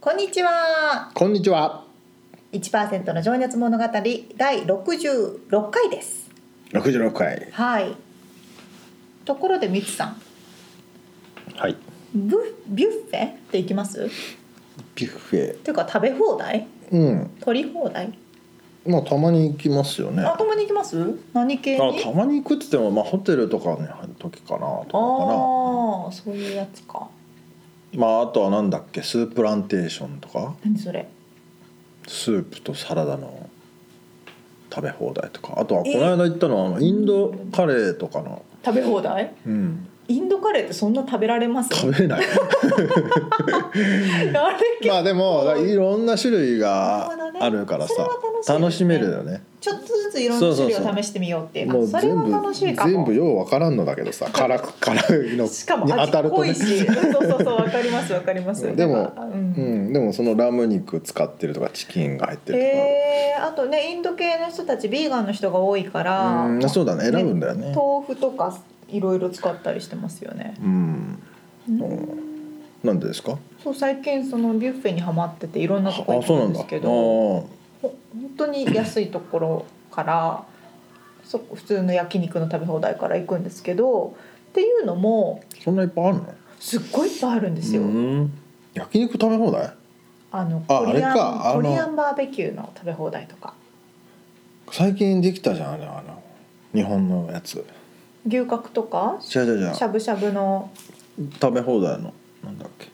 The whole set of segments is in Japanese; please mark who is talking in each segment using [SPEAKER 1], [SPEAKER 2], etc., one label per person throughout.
[SPEAKER 1] こんにちは
[SPEAKER 2] こんにちは。
[SPEAKER 1] 1%の情熱物語第66回です
[SPEAKER 2] 六十六回。
[SPEAKER 1] はいところでみつさん
[SPEAKER 2] はい。
[SPEAKER 1] ブビュッフェって行きます
[SPEAKER 2] ビュッフェ。
[SPEAKER 1] というか食べ放題
[SPEAKER 2] うん。
[SPEAKER 1] 取り放題
[SPEAKER 2] まあたまに行きますよね。
[SPEAKER 1] あ
[SPEAKER 2] あ
[SPEAKER 1] 共に行きます何系に
[SPEAKER 2] たまに行くって言ってもまあホテルとかの時かな
[SPEAKER 1] あ
[SPEAKER 2] と
[SPEAKER 1] ーそういうやつか
[SPEAKER 2] かかな。まああとはなんだっけスープランテーションとか
[SPEAKER 1] 何それ
[SPEAKER 2] スープとサラダの食べ放題とかあとはこの間行ったのはあのインドカレーとかの。
[SPEAKER 1] 食べ放題
[SPEAKER 2] うん、
[SPEAKER 1] インドカレーってそんな食べられます
[SPEAKER 2] 食べれない
[SPEAKER 1] あれ
[SPEAKER 2] まあでもいろんな種類が
[SPEAKER 1] なるほどね
[SPEAKER 2] あるから
[SPEAKER 1] それ
[SPEAKER 2] さ
[SPEAKER 1] は楽しいですね
[SPEAKER 2] 楽しめるよね
[SPEAKER 1] ちょっとずついろんな種類を試してみようっていう
[SPEAKER 2] もう
[SPEAKER 1] あそれ
[SPEAKER 2] 全
[SPEAKER 1] は
[SPEAKER 2] 部
[SPEAKER 1] 楽しいかも
[SPEAKER 2] 全部ようわからんのだけ どさ辛く辛いの
[SPEAKER 1] しかも
[SPEAKER 2] に当
[SPEAKER 1] 味
[SPEAKER 2] たると
[SPEAKER 1] 濃
[SPEAKER 2] ね
[SPEAKER 1] いし、そうそうそうわかりますわかります
[SPEAKER 2] でも
[SPEAKER 1] なんかうん
[SPEAKER 2] うん、でもそのラム肉使ってるとかチキンが入ってるとか、
[SPEAKER 1] へえあとねインド系の人たちビーガンの人が多いから
[SPEAKER 2] うんそうだね選ぶんだよね
[SPEAKER 1] 豆腐とかいろいろ使ったりしてますよね、
[SPEAKER 2] うんなんでですか
[SPEAKER 1] そう最近そのビュッフェにはまってていろんな
[SPEAKER 2] あ
[SPEAKER 1] とこ行っ
[SPEAKER 2] そう
[SPEAKER 1] た
[SPEAKER 2] なんん
[SPEAKER 1] で
[SPEAKER 2] だ
[SPEAKER 1] すけ
[SPEAKER 2] あ
[SPEAKER 1] ど
[SPEAKER 2] ー
[SPEAKER 1] ほ本当に安いところからそ普通の焼肉の食べ放題から行くんですけどっていうのも
[SPEAKER 2] そんないっぱいあるの
[SPEAKER 1] すっごいいっぱいあるんですよ、
[SPEAKER 2] うん焼肉食べ放題
[SPEAKER 1] あの
[SPEAKER 2] あ
[SPEAKER 1] コリア
[SPEAKER 2] あれかあ
[SPEAKER 1] ンコ
[SPEAKER 2] の
[SPEAKER 1] リアンバーベキューの食べ放題とか
[SPEAKER 2] 最近できたじゃんあれあの日本のやつ
[SPEAKER 1] 牛角とかし
[SPEAKER 2] 違う違う違う
[SPEAKER 1] ゃぶしゃぶの
[SPEAKER 2] 食べ放題のなんだっけ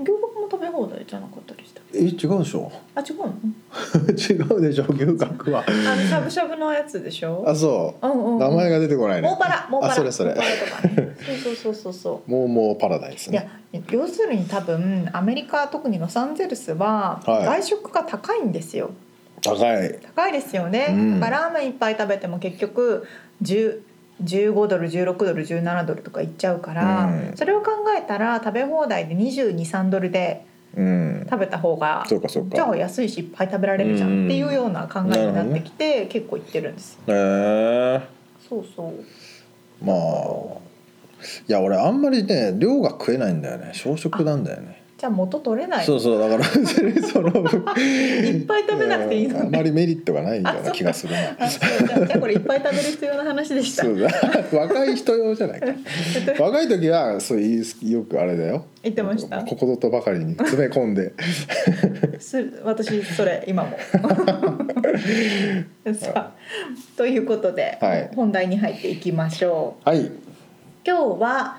[SPEAKER 1] 牛角も食べ放題じゃなかったでしたっ
[SPEAKER 2] え違うでしょ
[SPEAKER 1] けあ違うの
[SPEAKER 2] 違うでしょ牛角は
[SPEAKER 1] あのしゃぶしゃぶのやつでしょ
[SPEAKER 2] あそ
[SPEAKER 1] うんうんう
[SPEAKER 2] うん名前が出てこないね
[SPEAKER 1] もうパラもうパラ
[SPEAKER 2] あそれそれ
[SPEAKER 1] もうパラとかねそうそうそうそうそ
[SPEAKER 2] もうもうパラダイス
[SPEAKER 1] ういや
[SPEAKER 2] ね
[SPEAKER 1] 要するに多分アメリカ特にロサンゼルスは
[SPEAKER 2] はい
[SPEAKER 1] 外食が高いんですよ、
[SPEAKER 2] 高い
[SPEAKER 1] 高いですよね、
[SPEAKER 2] うん
[SPEAKER 1] だからラーメンいっぱい食べても結局10 15ドル16ドル17ドルとかいっちゃうから、
[SPEAKER 2] うん
[SPEAKER 1] それを考えたら食べ放題で2 2 3ドルで
[SPEAKER 2] うん
[SPEAKER 1] 食べた方が
[SPEAKER 2] そうかそうか
[SPEAKER 1] じゃあ安いしいっぱい食べられるじゃ
[SPEAKER 2] うんん
[SPEAKER 1] っていうような考えになってきて、結構行ってるんですよ
[SPEAKER 2] へえ
[SPEAKER 1] そうそう
[SPEAKER 2] まあいや俺あんまりね量が食えないんだよね小食なんだよね
[SPEAKER 1] じゃあ元取れない
[SPEAKER 2] そうそうだから別にその
[SPEAKER 1] いっぱい食べなくていいの
[SPEAKER 2] うんあんま
[SPEAKER 1] ね。
[SPEAKER 2] りメリットがないよ
[SPEAKER 1] あ
[SPEAKER 2] う
[SPEAKER 1] そ
[SPEAKER 2] な
[SPEAKER 1] う
[SPEAKER 2] 気がするな
[SPEAKER 1] あそうじゃあじゃあこれいっぱい食べる必要な話でした
[SPEAKER 2] そ。う だ若い人用じ ゃないか若い時はそういうよくあれだよ
[SPEAKER 1] 言ってました
[SPEAKER 2] ここぞとばかりに詰め込 んです
[SPEAKER 1] 私それ今 も。さあということで、
[SPEAKER 2] はい
[SPEAKER 1] 本題に入っていきましょう。
[SPEAKER 2] はい
[SPEAKER 1] 今日は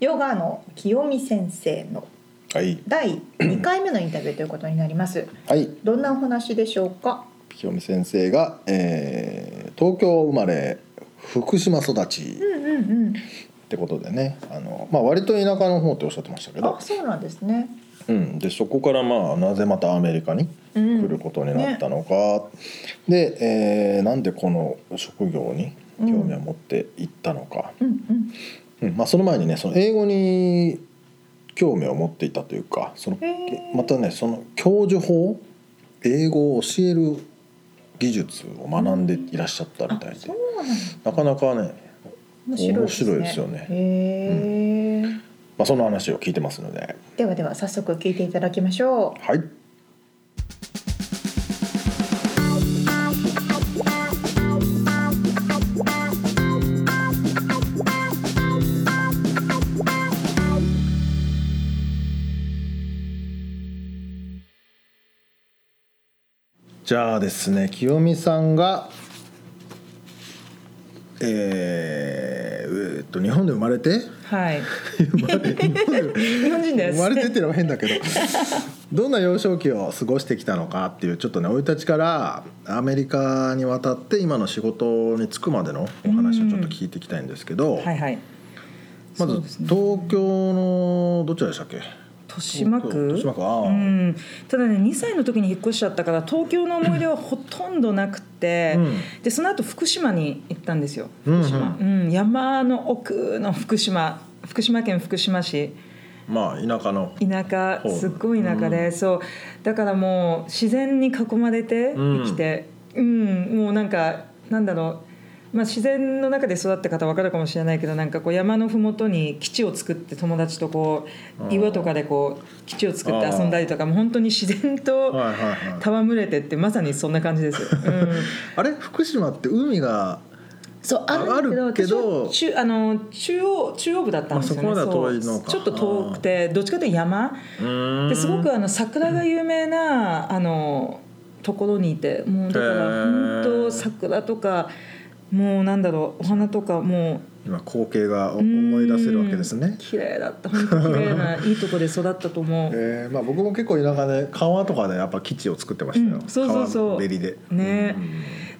[SPEAKER 1] ヨガの清美先生の
[SPEAKER 2] はい
[SPEAKER 1] 第2回目のインタビューということになります。
[SPEAKER 2] はい
[SPEAKER 1] どんなお話でしょうか。
[SPEAKER 2] 清美先生が、えー東京生まれ福島育ち
[SPEAKER 1] うんうん
[SPEAKER 2] ってことでねあの、まあ、割と田舎の方っておっしゃってました
[SPEAKER 1] う
[SPEAKER 2] け
[SPEAKER 1] ん。あ
[SPEAKER 2] ど、
[SPEAKER 1] そうなんですね。
[SPEAKER 2] うん、でそこからまあなぜまたアメリカに
[SPEAKER 1] うん、
[SPEAKER 2] 来ることになったのか、で、えーなんでこの職業に興味を持っていったのか、
[SPEAKER 1] うんうん。
[SPEAKER 2] うんまあ、その前にねその英語に興味を持っていたというかその
[SPEAKER 1] へー
[SPEAKER 2] またねその教授法英語を教える技術を学んでいらっしゃったみ
[SPEAKER 1] あ
[SPEAKER 2] たいで
[SPEAKER 1] そうなんだ
[SPEAKER 2] なかなかね、
[SPEAKER 1] 面白いですね。
[SPEAKER 2] 面白いですよね
[SPEAKER 1] へえ。
[SPEAKER 2] まあ、その話を聞いてますので
[SPEAKER 1] ではでは早速聞いていただきましょう
[SPEAKER 2] はい。じゃあですね清美さんが、えーと日本で生まれて
[SPEAKER 3] はい
[SPEAKER 2] 生まれ日本で
[SPEAKER 3] 日本人です
[SPEAKER 2] 生まれてっていうのは変だけどどんな幼少期を過ごしてきたのかっていうちょっとね生い立ちからアメリカに渡って今の仕事に就くまでのお話をちょっと聞いていきたいんですけど、
[SPEAKER 3] はいはい
[SPEAKER 2] ま
[SPEAKER 3] そうで
[SPEAKER 2] ず
[SPEAKER 3] すね
[SPEAKER 2] 東京のどちらでしたっけ
[SPEAKER 3] 豊島区
[SPEAKER 2] 豊島区ああ
[SPEAKER 3] うん、ただね2歳の時に引っ越しちゃったから東京の思い出はほとんどなくて、
[SPEAKER 2] うん
[SPEAKER 3] でその後福島に行ったんですよ
[SPEAKER 2] うんうん
[SPEAKER 3] 福島、うん山の奥の福島福島県福島市
[SPEAKER 2] まあ田舎の
[SPEAKER 3] 田舎
[SPEAKER 2] ほう
[SPEAKER 3] すっごい田舎で、
[SPEAKER 2] うん
[SPEAKER 3] そうだからもう自然に囲まれて生きて、うんもうなんかなんだろう、まあ、自然の中で育った方分かるかもしれないけどなんかこう山の麓に基地を作って友達とこ
[SPEAKER 2] あ
[SPEAKER 3] う
[SPEAKER 2] ー
[SPEAKER 3] 岩とかでこう基地を作って
[SPEAKER 2] あー
[SPEAKER 3] 遊んだりとかもう本当に自然と
[SPEAKER 2] はいはいはい
[SPEAKER 3] 戯れてってまさにそんな感じですよ。うん
[SPEAKER 2] あれ福島って海が
[SPEAKER 3] そう
[SPEAKER 2] あ
[SPEAKER 3] あるんだけ
[SPEAKER 2] あ
[SPEAKER 3] ど
[SPEAKER 2] るけど
[SPEAKER 3] 私は中あの中央中央部だったんですよね、
[SPEAKER 2] まあそこまでは遠いのか
[SPEAKER 3] そうちょっと遠くてどっちかというと山
[SPEAKER 2] で
[SPEAKER 3] ですごくあの桜が有名なあのところにいてもうだか
[SPEAKER 2] へ
[SPEAKER 3] ら
[SPEAKER 2] ー
[SPEAKER 3] 本当桜とかもうなんだろうお花とかも
[SPEAKER 2] 今光景がお
[SPEAKER 3] う
[SPEAKER 2] 思い出せるわけです
[SPEAKER 3] うん
[SPEAKER 2] ね。
[SPEAKER 3] 綺麗だった本当綺麗ないいとこで育ったと思う。
[SPEAKER 2] えーまあ、僕も結構田舎で川とかでやっぱ基地を作ってましたよ、
[SPEAKER 3] うんそうそうそう
[SPEAKER 2] 川のべりで
[SPEAKER 3] ね
[SPEAKER 2] うんうん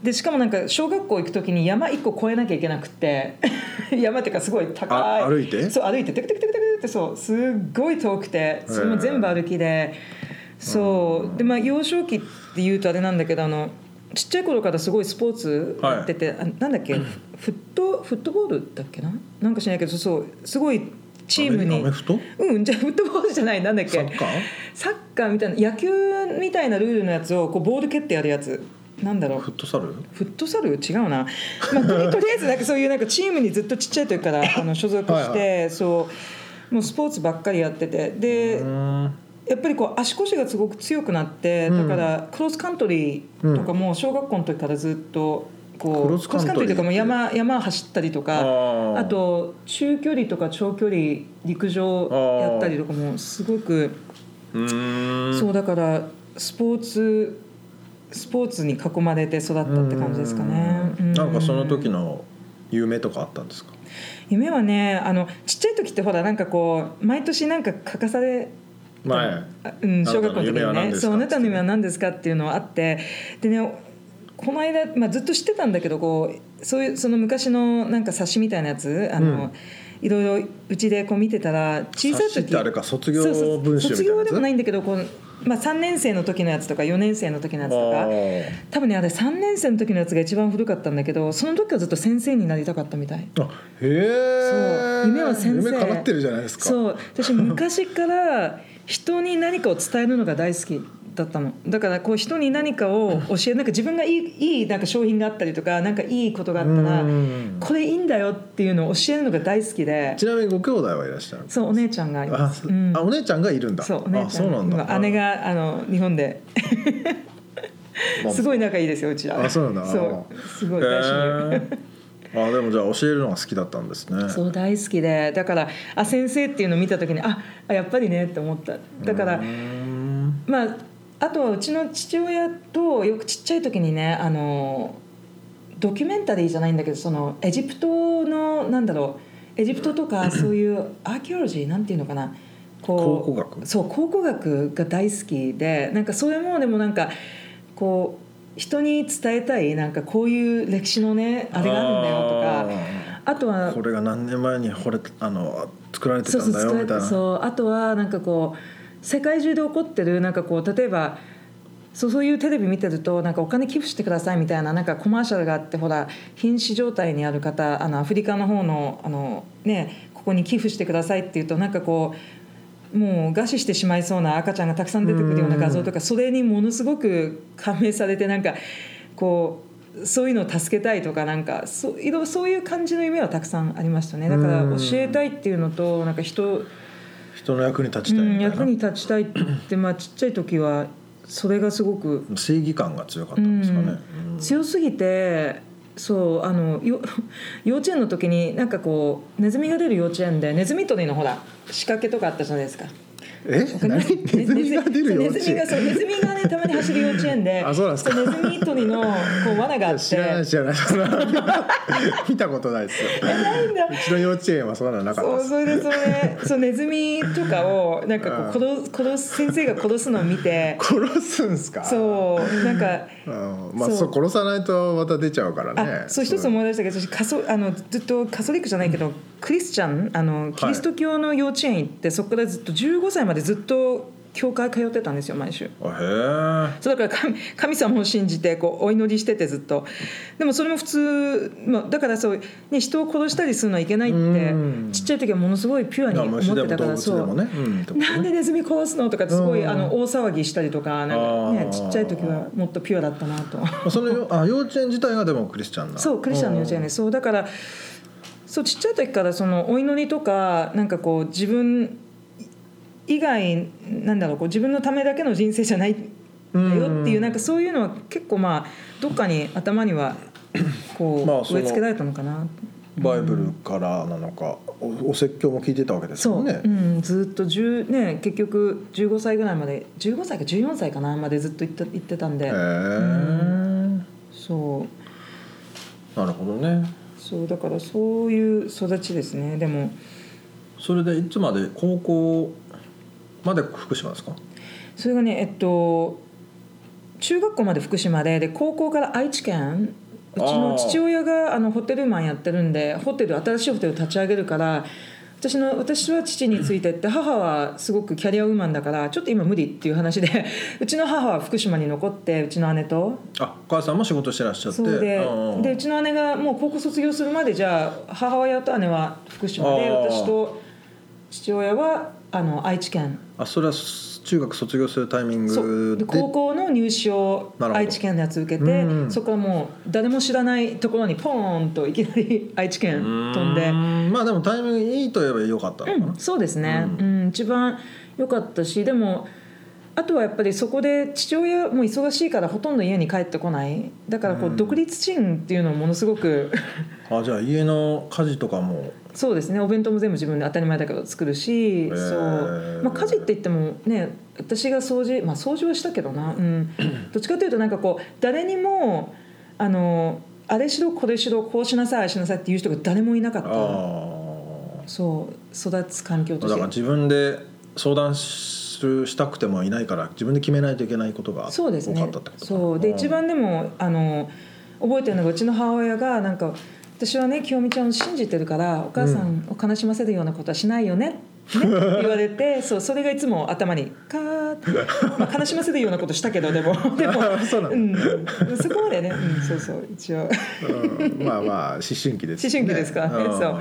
[SPEAKER 3] でしかもなんか小学校行く時に山一個越えなきゃいけなくて 山っていうかすごい高い
[SPEAKER 2] あ歩いて
[SPEAKER 3] そう歩いてテクテクテクテクってそうすっごい遠くてそれも全部歩きでそうでまあ幼少期っていうとあれなんだけどあのちっちゃい頃からすごいスポーツやってて、あなんだっけフットフットボールだっけななんかしないけどそうすごいチーム
[SPEAKER 2] アメ
[SPEAKER 3] に
[SPEAKER 2] アメフト
[SPEAKER 3] うんじゃあフットボールじゃないなんだっけ
[SPEAKER 2] サッカー
[SPEAKER 3] サッカーみたいな野球みたいなルールのやつをこうボール蹴ってやるやつなんだろう
[SPEAKER 2] フットサル
[SPEAKER 3] フットサル違うな、まあ、とりと りあえずなんかそういうなんかチームにずっとちっちゃい時から あの所属して
[SPEAKER 2] はい
[SPEAKER 3] そうもうスポーツばっかりやっててで、
[SPEAKER 2] うん
[SPEAKER 3] やっぱりこう足腰がすごく強くなって、
[SPEAKER 2] うん
[SPEAKER 3] だからクロスカントリーとかも小学校の時からずっとこう
[SPEAKER 2] クロスカントリー
[SPEAKER 3] とかも山山走ったりと
[SPEAKER 2] あ
[SPEAKER 3] か。
[SPEAKER 2] ー
[SPEAKER 3] あと中距離とか長距離陸上やったりとかもすごく
[SPEAKER 2] うーん
[SPEAKER 3] そうだからスポーツスポーツに囲まれて育ったって感じですかね。
[SPEAKER 2] うんなんかその時
[SPEAKER 3] の
[SPEAKER 2] の夢とかあったんですか
[SPEAKER 3] 夢はねあのちっちゃい時ってほらなんかこう毎年なんか欠かされ
[SPEAKER 2] 前
[SPEAKER 3] あうん、小学校の時
[SPEAKER 2] あなたの夢は
[SPEAKER 3] に
[SPEAKER 2] 何で
[SPEAKER 3] ね
[SPEAKER 2] すか
[SPEAKER 3] そうあなたの夢は何ですかっていうのはあってでねこの間、まあ、ずっと知ってたんだけどこうそういうその昔のなんか冊子みたいなやつあの、
[SPEAKER 2] うん
[SPEAKER 3] いろいろうちでこう見てたら小さい
[SPEAKER 2] 冊子っ
[SPEAKER 3] 時
[SPEAKER 2] てあれか卒業
[SPEAKER 3] そうそう
[SPEAKER 2] 文集みた
[SPEAKER 3] 卒
[SPEAKER 2] いな
[SPEAKER 3] 業
[SPEAKER 2] やつ
[SPEAKER 3] でもないんだけどこう、まあ、3年生の時のやつとか4年生の時のやつとか。多分ねあれ3年生の時のやつが一番古かったんだけどその時はずっと先生になりたかったみたい
[SPEAKER 2] あへえ
[SPEAKER 3] そう夢は先生
[SPEAKER 2] 夢叶ってるじゃないですかう
[SPEAKER 3] そう私昔から人に何かを伝えるのが大好きだったのだからこう人に何かを教えなんか自分がいいいいなんか商品があったりとかなんかいいことがあったら
[SPEAKER 2] ん
[SPEAKER 3] これいいんだよっていうのを教えるのが大好きで
[SPEAKER 2] ちなみにご兄弟はいらっしゃる
[SPEAKER 3] そうお姉ちゃんがいま
[SPEAKER 2] あ
[SPEAKER 3] す、うん
[SPEAKER 2] あお姉ちゃんがいるんだ
[SPEAKER 3] そうお姉
[SPEAKER 2] あ
[SPEAKER 3] ちゃ
[SPEAKER 2] そ
[SPEAKER 3] ん
[SPEAKER 2] うなんだ
[SPEAKER 3] 今姉があの日本で すごい仲いいですようちら
[SPEAKER 2] あそうなんだ
[SPEAKER 3] そうすごい大親友
[SPEAKER 2] へーあでもじゃあ教えるのが好きだったんですね
[SPEAKER 3] そう大好きでだからあ先生っていうのを見た時にああやっぱりねって思っただから、
[SPEAKER 2] うーん
[SPEAKER 3] まああとはうちの父親とよくちっちゃい時にねあのドキュメンタリーじゃないんだけどそのエジプトのなんだろうエジプトと かそういうアーキオロジーなんていうのかなこう
[SPEAKER 2] 考古学
[SPEAKER 3] そう考古学が大好きでなんかそういうものでもなんかこう人に伝えたいなんかこういう歴史のねあれがあるんだよとか。あと
[SPEAKER 2] あ
[SPEAKER 3] は
[SPEAKER 2] ーこれが何年前に掘れたあの作られて
[SPEAKER 3] そう
[SPEAKER 2] た
[SPEAKER 3] そ
[SPEAKER 2] ん
[SPEAKER 3] う
[SPEAKER 2] だよみたいな
[SPEAKER 3] そうあとはなんかこう世界中で起こってるなんかこう例えばそうそういうテレビ見てるとなんかお金寄付してくださいみたいななんかコマーシャルがあってほら瀕死状態にある方あのアフリカの方のあの、ね、ここに寄付してくださいっていうとなんかこうもう餓死してしまいそうな赤ちゃんがたくさん出てくるような画像とかそれにものすごく感銘されてなんかこうそういうのを助けたいとかなんかそういろそういう感じの夢はたくさんありましたねだから
[SPEAKER 2] うん
[SPEAKER 3] 教えたいっていうのとなんか人
[SPEAKER 2] 人の役に立
[SPEAKER 3] う
[SPEAKER 2] ちたいみ
[SPEAKER 3] ん、
[SPEAKER 2] たい
[SPEAKER 3] 役
[SPEAKER 2] な、
[SPEAKER 3] に立ちたいって、まあ、ちっちゃい時はそれがすごく、
[SPEAKER 2] 正義感が強かっ
[SPEAKER 3] う
[SPEAKER 2] たんですかね、
[SPEAKER 3] ん、強すぎてそうあのよ 幼稚園の時になんかこうネズミが出る幼稚園でネズミ捕りのほら仕掛けとかあったじゃないですか
[SPEAKER 2] え何 ネズミが出る幼
[SPEAKER 3] ネ
[SPEAKER 2] 稚
[SPEAKER 3] ズミ
[SPEAKER 2] 園
[SPEAKER 3] がそうネズミがねたまに走る幼稚園で
[SPEAKER 2] あそうなんですか
[SPEAKER 3] そうネズミ捕りのこう罠があって
[SPEAKER 2] 知らない知らない そんな見たことない ですよ
[SPEAKER 3] ないんだ
[SPEAKER 2] うちの幼稚園はそんなのなかった
[SPEAKER 3] そ
[SPEAKER 2] です
[SPEAKER 3] うそれでそれそうネズミとかをなんかこう
[SPEAKER 2] う
[SPEAKER 3] 殺す殺す先生が殺すのを見て
[SPEAKER 2] 殺すんすか
[SPEAKER 3] そうなんか。
[SPEAKER 2] うんまあ
[SPEAKER 3] そ
[SPEAKER 2] そうう殺さないとまた出ちゃうからね
[SPEAKER 3] あそう一つ思い出したけど私カソあのずっとカソリックじゃないけどクリスチャンあのキリスト教の幼稚園行って、そこからずっと15歳までずっと教会通ってたんですよ毎週。
[SPEAKER 2] あへ
[SPEAKER 3] そうだから神神様を信じてこうお祈りしててずっとでもそれも普通、まあ、だからそう、ね、人を殺したりするのはいけないっ
[SPEAKER 2] うん
[SPEAKER 3] てちっちゃい時はものすごいピュア
[SPEAKER 2] え
[SPEAKER 3] に
[SPEAKER 2] まあ
[SPEAKER 3] 思っ
[SPEAKER 2] 虫で
[SPEAKER 3] て
[SPEAKER 2] も
[SPEAKER 3] たか
[SPEAKER 2] 動
[SPEAKER 3] ら
[SPEAKER 2] 物
[SPEAKER 3] そ
[SPEAKER 2] でも
[SPEAKER 3] う。
[SPEAKER 2] ねうんとか
[SPEAKER 3] なんでネズミ殺すのとかってすごい
[SPEAKER 2] うん
[SPEAKER 3] あの大騒ぎしたりとかなんか、ね
[SPEAKER 2] あ、ー
[SPEAKER 3] ちっちゃい時はもっとピュアだったなと。
[SPEAKER 2] まあそのあ幼稚園自体がでもクリスチャンな
[SPEAKER 3] そうクリスチャンの幼稚園ですそうだからそうちっちゃい時からそのお祈りとかなんかこう自分以外なんだろうこう自分のためだけの人生じゃないんだよっていううんなんかそういうのは結構まあどっかに頭 にはこ
[SPEAKER 2] まあ
[SPEAKER 3] う
[SPEAKER 2] その
[SPEAKER 3] 植え付けられたのかな
[SPEAKER 2] バイブルからなのかおお説教も聞いてたわけです
[SPEAKER 3] そ
[SPEAKER 2] よ
[SPEAKER 3] う、
[SPEAKER 2] ね
[SPEAKER 3] うん、ずっと10ね結局15歳ぐらいまで15歳か14歳かなまでずっと行って行ってたん
[SPEAKER 2] へ
[SPEAKER 3] で
[SPEAKER 2] え
[SPEAKER 3] そう
[SPEAKER 2] なるほどね
[SPEAKER 3] そうだからそういう育ちですねでも。
[SPEAKER 2] それでいつまで高校まで福島ですか
[SPEAKER 3] それがねえっと中学校まで福島でで高校から愛知県うちの父親があのホテルマンやってるんでホテル新しいホテルを立ち上げるから私の私は父についてって母はすごくキャリアウーマンだからちょっと今無理っていう話で うちの母は福島に残ってうちの姉と
[SPEAKER 2] あお母さんも仕事してらっしゃって
[SPEAKER 3] そうで
[SPEAKER 2] うん
[SPEAKER 3] でうちの姉がもう高校卒業するまでじゃあ母親と姉は福島で
[SPEAKER 2] あー
[SPEAKER 3] 私と父親はあの愛知県
[SPEAKER 2] あそれは中学卒業するタイミン
[SPEAKER 3] そう
[SPEAKER 2] グで
[SPEAKER 3] で高校の入試を
[SPEAKER 2] なるほど
[SPEAKER 3] 愛知県のやつ受けて、
[SPEAKER 2] うんうん
[SPEAKER 3] そこからもう誰も知らないところにポーンといきなり 愛知県
[SPEAKER 2] うー
[SPEAKER 3] 飛んで、
[SPEAKER 2] まあでもタイミングいいと言えばよかったのかな、
[SPEAKER 3] うん、そうですね、う
[SPEAKER 2] うん
[SPEAKER 3] 一番良かったしでもあとはやっぱりそこで父親も忙しいからほとんど家に帰ってこないだからこ
[SPEAKER 2] う
[SPEAKER 3] うん独立チームっていうのをものすごく
[SPEAKER 2] あじゃあ家の家事とかも
[SPEAKER 3] そうですねお弁当も全部自分で当たり前だけど作るし、
[SPEAKER 2] ー
[SPEAKER 3] そう、まあ、家事って言ってもね私が掃除まあ掃除はしたけど な、うん、どっちかというとなんかこう誰にもあのあれしろこれしろこうしなさいああしなさいっていう人が誰もいなかっ
[SPEAKER 2] あ
[SPEAKER 3] た
[SPEAKER 2] あ
[SPEAKER 3] そう育つ環境と
[SPEAKER 2] だ
[SPEAKER 3] し
[SPEAKER 2] から
[SPEAKER 3] て
[SPEAKER 2] 自分で相談するしたくてもいないから自分で決めないといけないことが多
[SPEAKER 3] そうです
[SPEAKER 2] か
[SPEAKER 3] ね
[SPEAKER 2] ったってこと
[SPEAKER 3] そうで一番でもあの覚えてるのがうちの母親がなんか私はね清美ちゃんを信じてるからお母さんを悲しませるようなことはしないよね、 ねって言われてそうそれがいつも頭に「かーって」まあ、悲しませるようなことしたけどでもでも
[SPEAKER 2] あ そうなんだ、
[SPEAKER 3] うん、そこまでね、うん、そうそう一応
[SPEAKER 2] うんまあまあ思春期です、
[SPEAKER 3] 思春期ですからね
[SPEAKER 2] ん
[SPEAKER 3] そう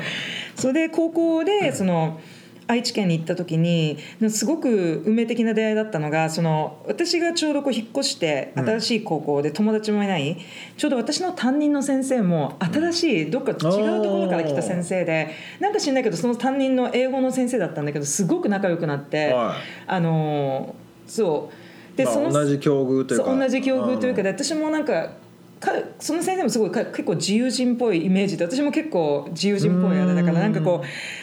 [SPEAKER 3] それで高校でその愛知県に行った時にすごく運命的な出会いだったのがその私がちょうどこう引っ越して
[SPEAKER 2] うん
[SPEAKER 3] 新しい高校で友達もいない、ちょうど私の担任の先生も新しいどっか違うところから来た先生でなんか知んないけどその担任の英語の先生だったんだけどすごく仲良くなって、
[SPEAKER 2] は
[SPEAKER 3] あのーそう
[SPEAKER 2] い
[SPEAKER 3] で、
[SPEAKER 2] まあ
[SPEAKER 3] その
[SPEAKER 2] 同じ境遇という
[SPEAKER 3] そ
[SPEAKER 2] か
[SPEAKER 3] う同じ境遇というか
[SPEAKER 2] ん
[SPEAKER 3] で私もなんかかその先生もすごいか結構自由人っぽいイメージで私も結構自由人っぽいあれだからなんかこ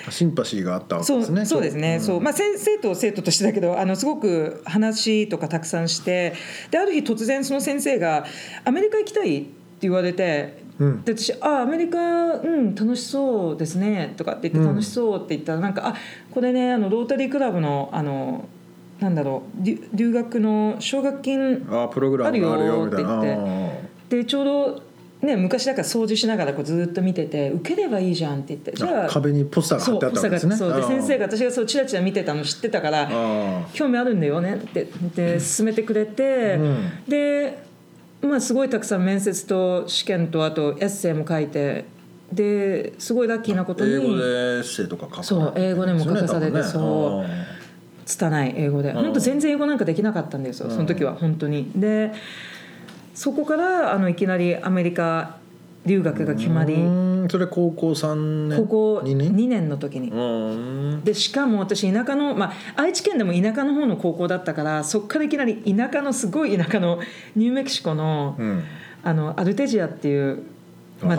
[SPEAKER 3] う
[SPEAKER 2] シンパシーがあったわけ
[SPEAKER 3] そ
[SPEAKER 2] で
[SPEAKER 3] う
[SPEAKER 2] すね
[SPEAKER 3] そうですね、
[SPEAKER 2] ん
[SPEAKER 3] そうまあ、先生と生徒としてだけどあのすごく話とかたくさんしてである日突然その先生が「アメリカ行きたい?」って言われて。
[SPEAKER 2] うん
[SPEAKER 3] で私「あアメリカうん楽しそうですね」とかって言っ
[SPEAKER 2] う
[SPEAKER 3] て「
[SPEAKER 2] ん
[SPEAKER 3] 楽しそう」って言ったらなんか「あこれねあのロータリークラブのあのなんだろう留留学の奨学金
[SPEAKER 2] あプログラムがあるよみたいな
[SPEAKER 3] あるよってでちょうど、ね、昔だから掃除しながらこうずっと見てて「受ければいいじゃん」って言ってじ
[SPEAKER 2] あ
[SPEAKER 3] ゃ
[SPEAKER 2] あ
[SPEAKER 3] あ
[SPEAKER 2] 壁にポスターが貼ってあったわけですね
[SPEAKER 3] そうポスターがそうで先生
[SPEAKER 2] が
[SPEAKER 3] が私がそうチラチラ見てたの知ってたから
[SPEAKER 2] あ
[SPEAKER 3] 「興味あるんだよね」ってで勧めてくれ
[SPEAKER 2] あ、
[SPEAKER 3] て、
[SPEAKER 2] うん、
[SPEAKER 3] で、まあ、すごいたくさん面接と試験とあとエッセイも書いてですごいラッキーなことに
[SPEAKER 2] 英語でエッセイとか書かれて
[SPEAKER 3] そう英語でも書かされて
[SPEAKER 2] ですよね多分ね
[SPEAKER 3] 拙い英語で
[SPEAKER 2] ん
[SPEAKER 3] 本当全然英語なんかできなかったんですよその時は本当にでそこからあのいきなりアメリカ留学が決まり
[SPEAKER 2] うんそれ高校三年
[SPEAKER 3] 高校
[SPEAKER 2] 二年
[SPEAKER 3] 2年の時に
[SPEAKER 2] うん
[SPEAKER 3] でしかも私田舎の、まあ、愛知県でも田舎の方の高校だったからそこからいきなり田舎のすごい田舎のニューメキシコの,、
[SPEAKER 2] うん
[SPEAKER 3] あのアルテジアっていう町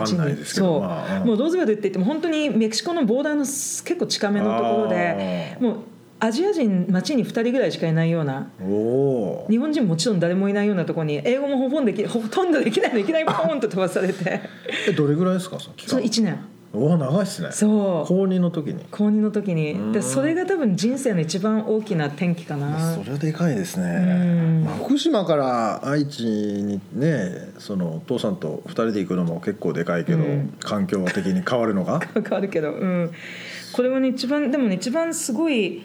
[SPEAKER 2] わかんない
[SPEAKER 3] に
[SPEAKER 2] ですけど
[SPEAKER 3] そう、
[SPEAKER 2] まあうん
[SPEAKER 3] もうローズベルって言っても本当にメキシコのボーダーのす結構近めのところで
[SPEAKER 2] あー
[SPEAKER 3] もうアジア人街に2人ぐらいしかいないような
[SPEAKER 2] おおー
[SPEAKER 3] 日本人もちろん誰もいないようなところに英語もほぼんできほとんどできないのいきなりポーンと飛ばさ れて
[SPEAKER 2] えどれぐらいですかその期
[SPEAKER 3] そ
[SPEAKER 2] 間
[SPEAKER 3] う1年
[SPEAKER 2] おお長いっすね
[SPEAKER 3] そう
[SPEAKER 2] 高2の時に
[SPEAKER 3] 高2の時
[SPEAKER 2] うん
[SPEAKER 3] にでそれが多分人生の一番大きな転機かな
[SPEAKER 2] それはでかいです
[SPEAKER 3] うん
[SPEAKER 2] ね、まあ、福島から愛知にねそのお父さんと2人で行くのも結構でかいけど、
[SPEAKER 3] うん
[SPEAKER 2] 環境的に変わるのが
[SPEAKER 3] 変わるけど、うん、これはね一番でもね一番すごい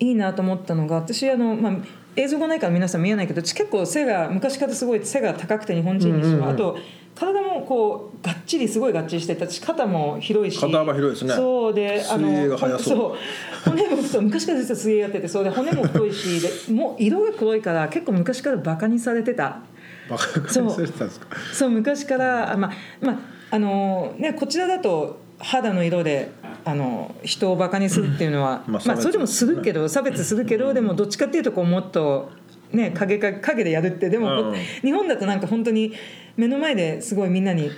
[SPEAKER 3] いいなと思ったのが私あの、まあ、映像がないから皆さん見えないけど結構背が昔からすごい背が高くて日本人にして
[SPEAKER 2] う
[SPEAKER 3] も、
[SPEAKER 2] んうんうん
[SPEAKER 3] あと体もこうがっちりすごいがっちりしてたし肩も広いし
[SPEAKER 2] 肩幅広いですね
[SPEAKER 3] そうで
[SPEAKER 2] 水泳が速そう
[SPEAKER 3] そう骨も太い昔から実は水泳やっててそうで骨も太いしでもう色が黒いから結構昔からバカにされてた。
[SPEAKER 2] バカにされてたんですか
[SPEAKER 3] そう昔からあまあまああのねこちらだと肌の色であの人をバカにするっていうのは、
[SPEAKER 2] ま
[SPEAKER 3] ま
[SPEAKER 2] あ
[SPEAKER 3] あ、
[SPEAKER 2] 差別
[SPEAKER 3] それでもするけど差別するけどでもどっちかっていうとこうもっとね影か影でやるってでも、
[SPEAKER 2] うん
[SPEAKER 3] 日本だとなんか本当に目の前ですごいみんなに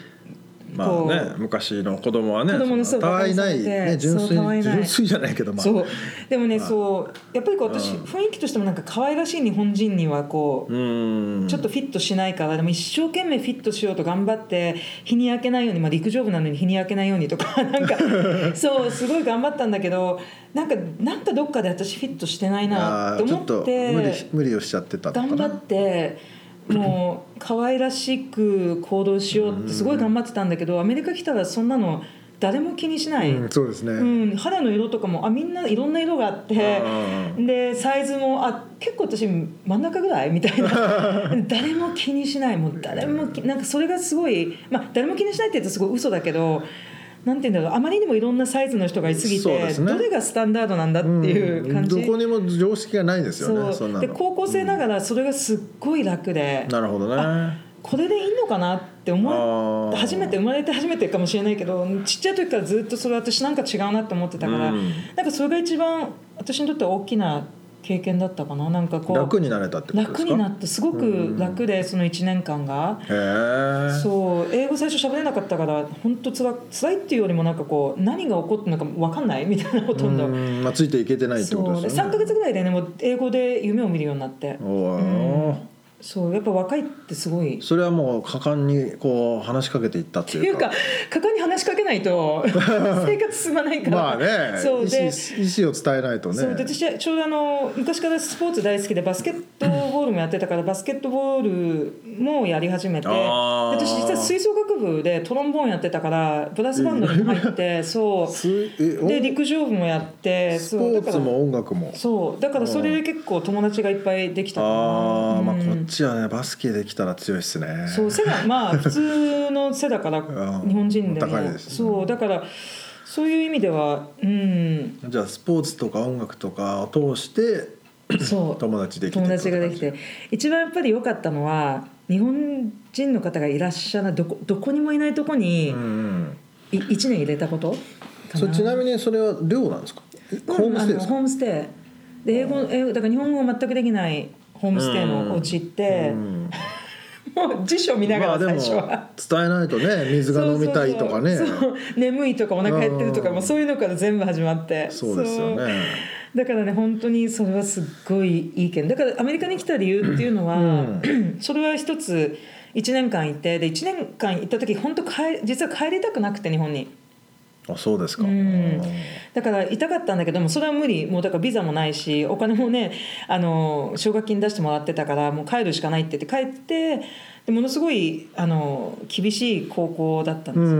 [SPEAKER 2] まあね昔の子供はね
[SPEAKER 3] 子供の
[SPEAKER 2] そんな
[SPEAKER 3] そう
[SPEAKER 2] たわいない、
[SPEAKER 3] バカにされて
[SPEAKER 2] ね、純粋
[SPEAKER 3] そうたわいない
[SPEAKER 2] 純粋じゃないけどまあ
[SPEAKER 3] そうでもね、
[SPEAKER 2] まあ
[SPEAKER 3] そうやっぱりこう私、
[SPEAKER 2] うん
[SPEAKER 3] 雰囲気としてもなんか可愛らしい日本人にはこう、
[SPEAKER 2] うん
[SPEAKER 3] ちょっとフィットしないからでも一生懸命フィットしようと頑張って日に焼けないように、まあ、陸上部なのに日に焼けないようにとか なんかそうすごい頑張ったんだけどなんかなんかどっかで私フィットしてないな
[SPEAKER 2] あ
[SPEAKER 3] と
[SPEAKER 2] ーちょ
[SPEAKER 3] 思
[SPEAKER 2] っと
[SPEAKER 3] っ
[SPEAKER 2] 無理
[SPEAKER 3] て
[SPEAKER 2] 無理をしちゃってたのかな
[SPEAKER 3] 頑張ってもう可愛らしく行動しようってすごい頑張ってたんだけどアメリカ来たらそんなの誰も気にしない。
[SPEAKER 2] うん、そうですね、
[SPEAKER 3] うん、肌の色とかもあみんないろんな色があって
[SPEAKER 2] う
[SPEAKER 3] でサイズもあ結構私真ん中ぐらいみた いな誰も気にしないもう誰もきなんかそれがすごい、まあ、誰も気にしないって言うとすごい嘘だけどなんて言うんだろうあまりにもいろんなサイズの人がいすぎ
[SPEAKER 2] そう
[SPEAKER 3] て、
[SPEAKER 2] ですね
[SPEAKER 3] どれがスタンダードなんだっていう感じ、
[SPEAKER 2] んどこにも常識がないですよねそ
[SPEAKER 3] そ
[SPEAKER 2] ん
[SPEAKER 3] う
[SPEAKER 2] な
[SPEAKER 3] で
[SPEAKER 2] の
[SPEAKER 3] 高校生ながらそれがすっごい楽で、
[SPEAKER 2] なるほどね
[SPEAKER 3] これでいいのかなって思って。
[SPEAKER 2] あー
[SPEAKER 3] 初めて生まれて初めてかもしれないけどちっちゃい時からずっとそれ私なんか違うなって思ってたから、
[SPEAKER 2] うん
[SPEAKER 3] なんかそれが一番私にとっては大きな経験だったかななんかこう
[SPEAKER 2] 楽になれたってことですか
[SPEAKER 3] 楽になってすごく楽でその1年間が。
[SPEAKER 2] へえ
[SPEAKER 3] そう英語最初喋れなかったから本当つら辛いっていうよりもなんかこう何が起こってるのか分かんないみたいなほとんど、
[SPEAKER 2] んまあ、ついていけてないってこと
[SPEAKER 3] そう
[SPEAKER 2] で
[SPEAKER 3] です
[SPEAKER 2] よね
[SPEAKER 3] 3か月ぐらいでねもう英語で夢を見るようになって
[SPEAKER 2] おお、
[SPEAKER 3] そうやっぱ若いってすごい
[SPEAKER 2] それはもう果敢にこう話しかけていったって
[SPEAKER 3] って
[SPEAKER 2] い
[SPEAKER 3] いうう
[SPEAKER 2] か
[SPEAKER 3] か果敢に話しかけな いと生活進まないから
[SPEAKER 2] まあね
[SPEAKER 3] そう
[SPEAKER 2] 意思
[SPEAKER 3] で
[SPEAKER 2] 意思を伝えないとね
[SPEAKER 3] そうで私はちょうどあの昔からスポーツ大好きでバスケットボールもやってたからバスケットボールもやり始めて
[SPEAKER 2] あ
[SPEAKER 3] で
[SPEAKER 2] ー
[SPEAKER 3] 私実は吹奏楽部でトロンボーンやってたからブラスバンドに入ってそ
[SPEAKER 2] すえ
[SPEAKER 3] う
[SPEAKER 2] お
[SPEAKER 3] で陸上部もやって
[SPEAKER 2] ス
[SPEAKER 3] そ
[SPEAKER 2] ポ
[SPEAKER 3] う
[SPEAKER 2] ーツも音楽も
[SPEAKER 3] そうだからそれで結構友達がいっぱいできたかな
[SPEAKER 2] ああまあ
[SPEAKER 3] う
[SPEAKER 2] こ
[SPEAKER 3] ん
[SPEAKER 2] っちはねバスケできたら強いっすね
[SPEAKER 3] そう背が まあ普通の背だから
[SPEAKER 2] うん
[SPEAKER 3] 日本人でも
[SPEAKER 2] 高いですね
[SPEAKER 3] そうだからそういう意味では うん
[SPEAKER 2] じゃあスポーツとか音楽とかを通して
[SPEAKER 3] そう
[SPEAKER 2] 友達できて
[SPEAKER 3] 友達ができ
[SPEAKER 2] って
[SPEAKER 3] 一番やっぱり良かったのは日本人の方がいらっしゃらないどこどこにもいないとこ
[SPEAKER 2] う
[SPEAKER 3] に
[SPEAKER 2] んう
[SPEAKER 3] い
[SPEAKER 2] ん
[SPEAKER 3] 1年入れたことか
[SPEAKER 2] それちなみ
[SPEAKER 3] に
[SPEAKER 2] にそれは寮なんですかホームステイです
[SPEAKER 3] ホ
[SPEAKER 2] か
[SPEAKER 3] ームステイで英語英語だから日本語が全くできないホームステイのお家行って
[SPEAKER 2] うん
[SPEAKER 3] もう辞書見ながら
[SPEAKER 2] まあ
[SPEAKER 3] 最
[SPEAKER 2] でも
[SPEAKER 3] 初は。
[SPEAKER 2] 伝えないとね水が飲みたいとかね
[SPEAKER 3] そうそうそう眠いとかお腹減ってるとか
[SPEAKER 2] うん
[SPEAKER 3] もうそういうのから全部始まって
[SPEAKER 2] そうですよね
[SPEAKER 3] そうだからね本当にそれはすっごいいい件だからアメリカに来た理由っていうのは、
[SPEAKER 2] う
[SPEAKER 3] それは一つ1年間いてで1年間行った時本当帰実は帰りたくなくて日本に
[SPEAKER 2] あそうですか、
[SPEAKER 3] うんだから痛かったんだけどもそれは無理もうだからビザもないしお金もねあの奨学金出してもらってたからもう帰るしかないって言って帰ってでものすごいあの厳しい高校だったんですよ、
[SPEAKER 2] うん
[SPEAKER 3] う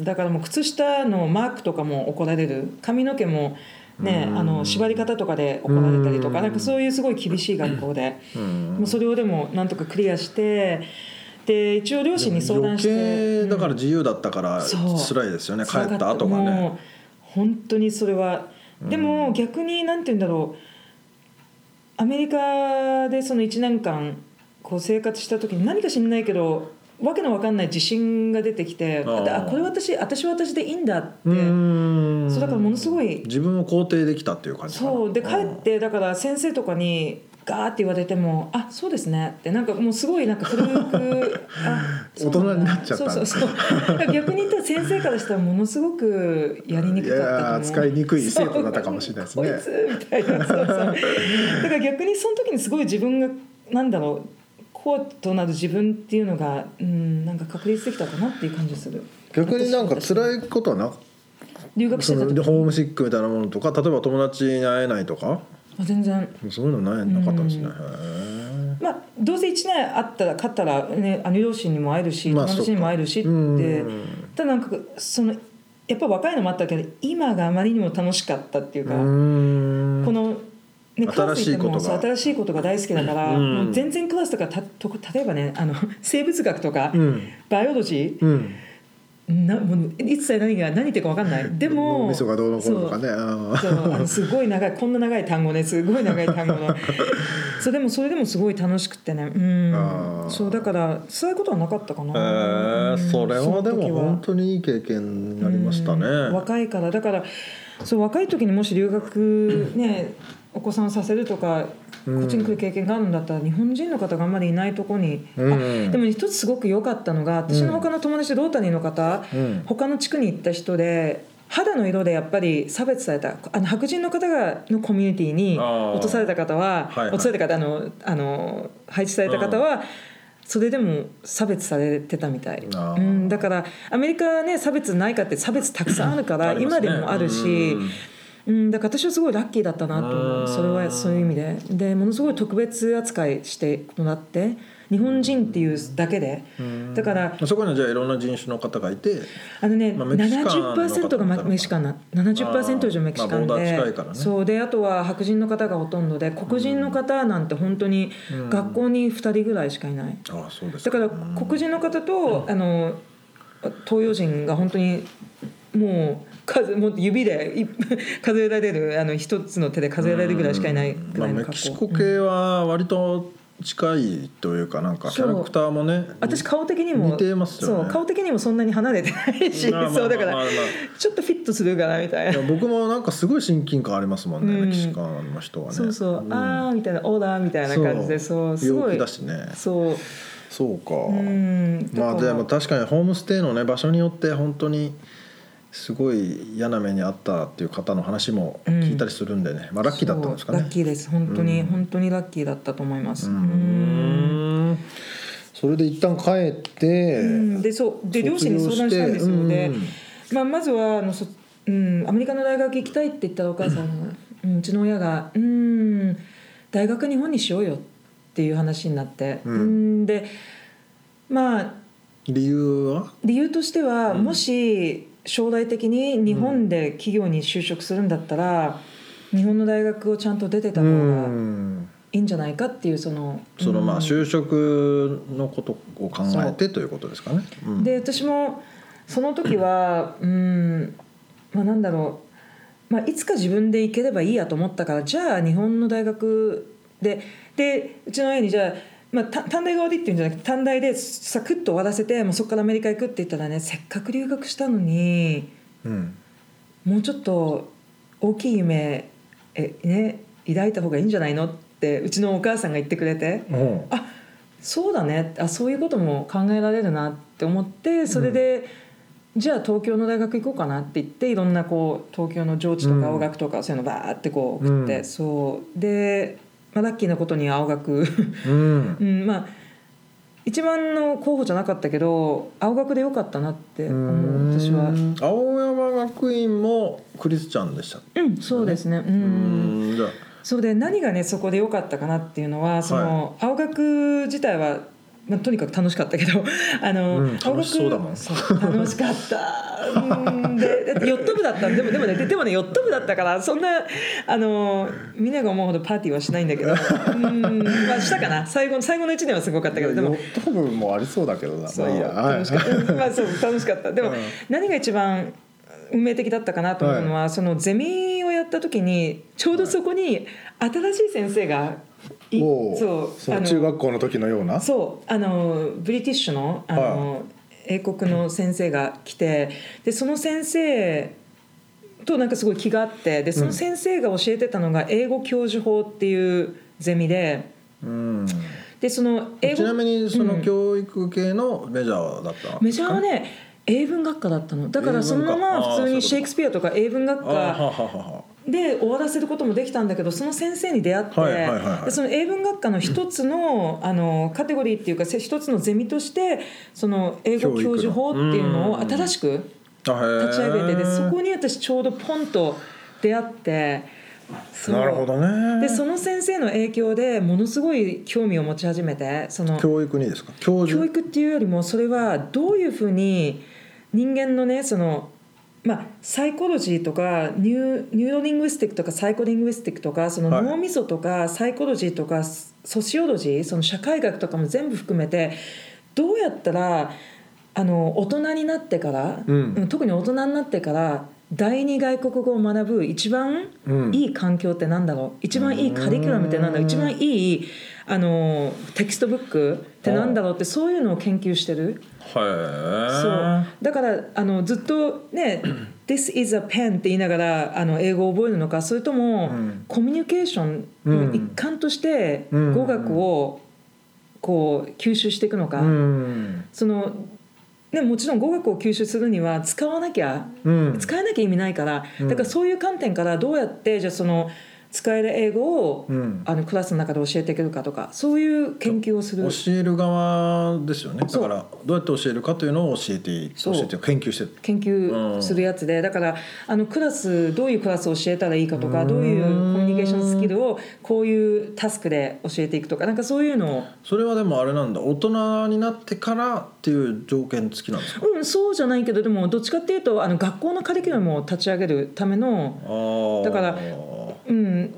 [SPEAKER 3] んだからもう靴下のマークとかも怒られる髪の毛もね
[SPEAKER 2] うん
[SPEAKER 3] あの縛り方とかで怒られたりと
[SPEAKER 2] う
[SPEAKER 3] か
[SPEAKER 2] ん
[SPEAKER 3] なんかそういうすごい厳しい学校 で
[SPEAKER 2] うん
[SPEAKER 3] もうそれをでもなんとかクリアしてで一応両親に相談して
[SPEAKER 2] 余計だか
[SPEAKER 3] う
[SPEAKER 2] ら
[SPEAKER 3] ん
[SPEAKER 2] 自由だったから
[SPEAKER 3] そう
[SPEAKER 2] 辛いですよね、
[SPEAKER 3] 辛
[SPEAKER 2] 帰
[SPEAKER 3] か
[SPEAKER 2] った後がね
[SPEAKER 3] もう本当にそれはでも逆になんて言うんだろうアメリカでその1年間こう生活した時に何か知んないけどわけのわかんない自信が出てきて
[SPEAKER 2] あー
[SPEAKER 3] あこれ私私は私でいいんだって
[SPEAKER 2] うん
[SPEAKER 3] そうだからものすごい
[SPEAKER 2] 自分を肯定できたっていう感じかな
[SPEAKER 3] そうで帰ってだから先生とかにガーって言われても「あそうですね」ってなんかもうすごいなんか 古くあそうだ
[SPEAKER 2] 大人になっちゃったんだ
[SPEAKER 3] そうそうそう逆に言ったら先生からしたらものすごくやりにくかったと思う
[SPEAKER 2] いやー使いにくい生徒だったかもしれないですね
[SPEAKER 3] そうこいつみたいなそうそうだから逆にその時にすごい自分がなんだろうこうとなる自分っていうのが、うん、なんか確立できたかなっていう感じする
[SPEAKER 2] 逆になんか辛いことはな
[SPEAKER 3] 留学して
[SPEAKER 2] そ
[SPEAKER 3] た
[SPEAKER 2] の
[SPEAKER 3] 時
[SPEAKER 2] ホームシックみたいなものとか例えば友達に会えないとか
[SPEAKER 3] あ全然
[SPEAKER 2] そういうのないなかったんですね、へ
[SPEAKER 3] まあ、どうせ1年あったら勝ったら、ね、あの両親にも会えるし
[SPEAKER 2] まあ
[SPEAKER 3] 友達にも会えるしって、
[SPEAKER 2] そっかうん
[SPEAKER 3] ただなんかそのやっぱ若いのもあったけど今があまりにも楽しかったっていう
[SPEAKER 2] えう
[SPEAKER 3] か、
[SPEAKER 2] ーん
[SPEAKER 3] この、ね、クラス
[SPEAKER 2] 新し
[SPEAKER 3] 行っても
[SPEAKER 2] いことが
[SPEAKER 3] そう新しいことが大好きだから、
[SPEAKER 2] うん
[SPEAKER 3] もう全然クラスとかたと例えばねあの生物学とか、
[SPEAKER 2] うん
[SPEAKER 3] バイオロジー、
[SPEAKER 2] うん
[SPEAKER 3] なもう一切何が何言ってるか分かんない。でも
[SPEAKER 2] 脳みそがどうのこうのとかね
[SPEAKER 3] そう
[SPEAKER 2] あー
[SPEAKER 3] そうあのすごい長いこんな長い単語ねすごい長い単語 のそうでもそれでもすごい楽しくってねうん
[SPEAKER 2] あー
[SPEAKER 3] そうだから辛いことはなかったかな、
[SPEAKER 2] へえ
[SPEAKER 3] うん
[SPEAKER 2] それはでも本当にいい経験になりましたね。
[SPEAKER 3] うん若いからだからそう若い時にもし留学ねお子さんをさせるとか
[SPEAKER 2] う
[SPEAKER 3] こ
[SPEAKER 2] ん
[SPEAKER 3] っちに来る経験があるんだったら日本人の方があんまりいないとこに、
[SPEAKER 2] うん
[SPEAKER 3] あでも一つすごく良かったのが私の他の友達ロータリーの方、
[SPEAKER 2] うん
[SPEAKER 3] 他の地区に行った人で肌の色でやっぱり差別されたあの白人の方がのコミュニティに
[SPEAKER 2] あー
[SPEAKER 3] 落とされた方は、
[SPEAKER 2] はいはい
[SPEAKER 3] 落とされた方あのあの配置された方は、それでも差別されてたみたい、
[SPEAKER 2] あー
[SPEAKER 3] うん、だからアメリカはね差別ないかって差別たくさんあるから、
[SPEAKER 2] あります
[SPEAKER 3] 今
[SPEAKER 2] ね
[SPEAKER 3] でもあるし
[SPEAKER 2] うん。
[SPEAKER 3] うん、だから私はすごいラッキーだったなと思
[SPEAKER 2] う
[SPEAKER 3] うんそれはそういう意味ででものすごい特別扱いしてもらって日本人っていうだけでだから
[SPEAKER 2] そこにはじゃあいろんな人種の方がいて、
[SPEAKER 3] あのね、
[SPEAKER 2] まあメキシカンの方
[SPEAKER 3] 70%がま
[SPEAKER 2] だったのか
[SPEAKER 3] メキシカンな70%以上メキシカンで、
[SPEAKER 2] あーまあボーダー近いからね
[SPEAKER 3] そうであとは白人の方がほとんどで黒人の方なんて本当に学校に2人ぐらいしかいない、
[SPEAKER 2] ああそうです
[SPEAKER 3] だから黒人の方と、あの東洋人が本当にもう数もう指でい 数えられるあの一つの手で数えられるぐらいしかいないぐ
[SPEAKER 2] ま
[SPEAKER 3] ら
[SPEAKER 2] あ、
[SPEAKER 3] いの
[SPEAKER 2] メ
[SPEAKER 3] 格
[SPEAKER 2] キシ
[SPEAKER 3] 好、
[SPEAKER 2] コ系は割と近いというかなんかキャラクターもね。
[SPEAKER 3] 私顔的にも
[SPEAKER 2] 似てますよね
[SPEAKER 3] そう顔的にもそんなに離れてないし、
[SPEAKER 2] まあまあまあまあ
[SPEAKER 3] そうだから、
[SPEAKER 2] まあ
[SPEAKER 3] ちょっとフィットするかなみたいな。
[SPEAKER 2] いや僕もなんかすごい親近感ありますもんね、
[SPEAKER 3] うん
[SPEAKER 2] メキシカンの人はね。
[SPEAKER 3] そうそう、
[SPEAKER 2] ん
[SPEAKER 3] ああみたいなオーダーみたいな感じでそうすご
[SPEAKER 2] 陽
[SPEAKER 3] い
[SPEAKER 2] 気だしね。
[SPEAKER 3] そう
[SPEAKER 2] そうか。
[SPEAKER 3] うん
[SPEAKER 2] まあ
[SPEAKER 3] だか
[SPEAKER 2] で
[SPEAKER 3] ら
[SPEAKER 2] も確かにホームステイのね場所によって本当にすごい嫌な目にあったっていう方の話も聞いたりするんでね、まあラッキーだったんですか
[SPEAKER 3] そ
[SPEAKER 2] ね
[SPEAKER 3] うラッ。キーです本当に、
[SPEAKER 2] うん
[SPEAKER 3] 本当にラッキーだったと思います
[SPEAKER 2] う
[SPEAKER 3] うん
[SPEAKER 2] んそれで一旦帰って、
[SPEAKER 3] うんでそうで両親に相談したんですよ、
[SPEAKER 2] 卒業して
[SPEAKER 3] で
[SPEAKER 2] うんうん、
[SPEAKER 3] まあ、まずはあのそ、うん、アメリカの大学行きたいって言ったらお母さんが、うん、うちの親が「うん大学日本にしようよ」っていう話になって、
[SPEAKER 2] うん
[SPEAKER 3] うん、でまあ
[SPEAKER 2] 理由は
[SPEAKER 3] 理由としては、
[SPEAKER 2] うん
[SPEAKER 3] もし将来的に日本で企業に就職するんだったら、日本の大学をちゃんと出てた
[SPEAKER 2] う
[SPEAKER 3] 方が
[SPEAKER 2] ん
[SPEAKER 3] いいんじゃないかっていうその
[SPEAKER 2] そのまあ
[SPEAKER 3] うん
[SPEAKER 2] 就職のことを考えてということですかね。うん
[SPEAKER 3] で私もその時はうんまあなんだろう、まあ、いつか自分で行ければいいやと思ったからじゃあ日本の大学ででうちの親にじゃあ、まあ、た短大が悪いっていうんじゃなくて短大でサクッと終わらせてもうそこからアメリカ行くって言ったらねせっかく留学したのに。
[SPEAKER 2] うん
[SPEAKER 3] もうちょっと大きい夢え、ね、抱いた方がいいんじゃないのってうちのお母さんが言ってくれて
[SPEAKER 2] うん
[SPEAKER 3] あそうだねあそういうことも考えられるなって思ってそれで、じゃあ東京の大学行こうかなって言っていろんなこう東京の上智と
[SPEAKER 2] うん
[SPEAKER 3] か青学とかそういうのバーってこう送って、
[SPEAKER 2] うん
[SPEAKER 3] そうで、まあ、ラッキーなことに青学
[SPEAKER 2] うん
[SPEAKER 3] うんまあ一番の候補じゃなかったけど青学でよかったなって思う私は。
[SPEAKER 2] うん青山学院もクリスチャンでしたっけ
[SPEAKER 3] うん、そうですね。う。
[SPEAKER 2] うんんじゃあ
[SPEAKER 3] そうで何がねそこで良かったかなっていうのはその、青学自体は、まあ、とにかく楽しかったけど あの、
[SPEAKER 2] うん
[SPEAKER 3] 青
[SPEAKER 2] 楽しそうだもん
[SPEAKER 3] そう楽しかったうんでだってヨット部だったんでもでもねででもねヨット部だったからそんなあのみんなが思うほどパーティーはしないんだけどうんまあしたかな最後の最後の1年はすごかったけどでも
[SPEAKER 2] ヨット部もありそうだけどな。
[SPEAKER 3] そう
[SPEAKER 2] まあいいやはい
[SPEAKER 3] 楽しか った、まあそう楽しかったでも、
[SPEAKER 2] うん
[SPEAKER 3] 何が一番運命的だったかなと思うのは、そのゼミをやった時にちょうどそこに新しい先生がい
[SPEAKER 2] おう
[SPEAKER 3] そう
[SPEAKER 2] その
[SPEAKER 3] あの
[SPEAKER 2] 中学校の時のような。
[SPEAKER 3] そうあのブリティッシュのあの、英国の先生が来てでその先生となんかすごい気があってでその先生が教えてたのが英語教授法っていうゼミで
[SPEAKER 2] うん
[SPEAKER 3] でその英語
[SPEAKER 2] ちなみにそ
[SPEAKER 3] うん
[SPEAKER 2] の教育系のメジャーだった、
[SPEAKER 3] メジャーはね英文学科だったのだからそのま
[SPEAKER 2] 英文
[SPEAKER 3] ま
[SPEAKER 2] か
[SPEAKER 3] 普通
[SPEAKER 2] あ
[SPEAKER 3] に
[SPEAKER 2] ー
[SPEAKER 3] シ
[SPEAKER 2] そう
[SPEAKER 3] ェ
[SPEAKER 2] いうことか
[SPEAKER 3] イクスピアとか英文学
[SPEAKER 2] あはは
[SPEAKER 3] 科
[SPEAKER 2] はは
[SPEAKER 3] で終わらせることもできたんだけどその先生に出会って、
[SPEAKER 2] はいはいはいはい
[SPEAKER 3] でその英文学科の一つの,、あのカテゴリーっていうかせ一つのゼミとしてその英語教授法っていうのを
[SPEAKER 2] 教育のうん
[SPEAKER 3] 新しく
[SPEAKER 2] あへえ
[SPEAKER 3] 立ち上げてでそこに私ちょうどポンと出会ってその
[SPEAKER 2] なるほどね
[SPEAKER 3] でその先生の影響でものすごい興味を持ち始めてその
[SPEAKER 2] 教育にですか教授
[SPEAKER 3] 教育っていうよりもそれはどういうふうに人間のねそのまあ、サイコロジーとかニューニューロリングイスティックとかサイコリングイスティックとかその
[SPEAKER 2] はい
[SPEAKER 3] 脳みそとかサイコロジーとかソソシオロジーその社会学とかも全部含めてどうやったらあの大人になってから、
[SPEAKER 2] うん
[SPEAKER 3] うん特に大人になってから第二外国語を学ぶ一番
[SPEAKER 2] うん
[SPEAKER 3] いい環境ってなんだろう、一番いいカリキュラムってなんだろう
[SPEAKER 2] うん
[SPEAKER 3] 一番いいあのテキストブックってなんだろうってそういうのを研究してる。そ
[SPEAKER 2] は
[SPEAKER 3] うだからあのずっとね「This is a pen」って言いながらあの英語を覚えるのかそれとも、
[SPEAKER 2] うん
[SPEAKER 3] コミュニケーションの一環として
[SPEAKER 2] うん
[SPEAKER 3] 語学をこう吸収していくのか、
[SPEAKER 2] うん
[SPEAKER 3] そのね、もちろん語学を吸収するには使わなきゃ
[SPEAKER 2] うん
[SPEAKER 3] 使えなきゃ意味ないから、
[SPEAKER 2] うん
[SPEAKER 3] だからそういう観点からどうやってじゃあその使える英語を、
[SPEAKER 2] うん
[SPEAKER 3] あのクラスの中で教えていけるかとかそういう研究をする
[SPEAKER 2] 教える側ですよねだ
[SPEAKER 3] そう
[SPEAKER 2] からどうやって教えるかというのを教えて
[SPEAKER 3] そ
[SPEAKER 2] 教
[SPEAKER 3] う
[SPEAKER 2] えて研究してる
[SPEAKER 3] 研究するやつでだからあのクラスどういうクラスを教えたらいいかとか
[SPEAKER 2] うん
[SPEAKER 3] どういうコミュニケーションスキルをこういうタスクで教えていくとかなんかそういうのを、
[SPEAKER 2] それはでもあれなんだ大人になってからっていう条件付きなんですか
[SPEAKER 3] うん、そうじゃないけどでもどっちかっていうとあの学校のカリキュラムを立ち上げるための、
[SPEAKER 2] あー
[SPEAKER 3] だから
[SPEAKER 2] い
[SPEAKER 3] うん、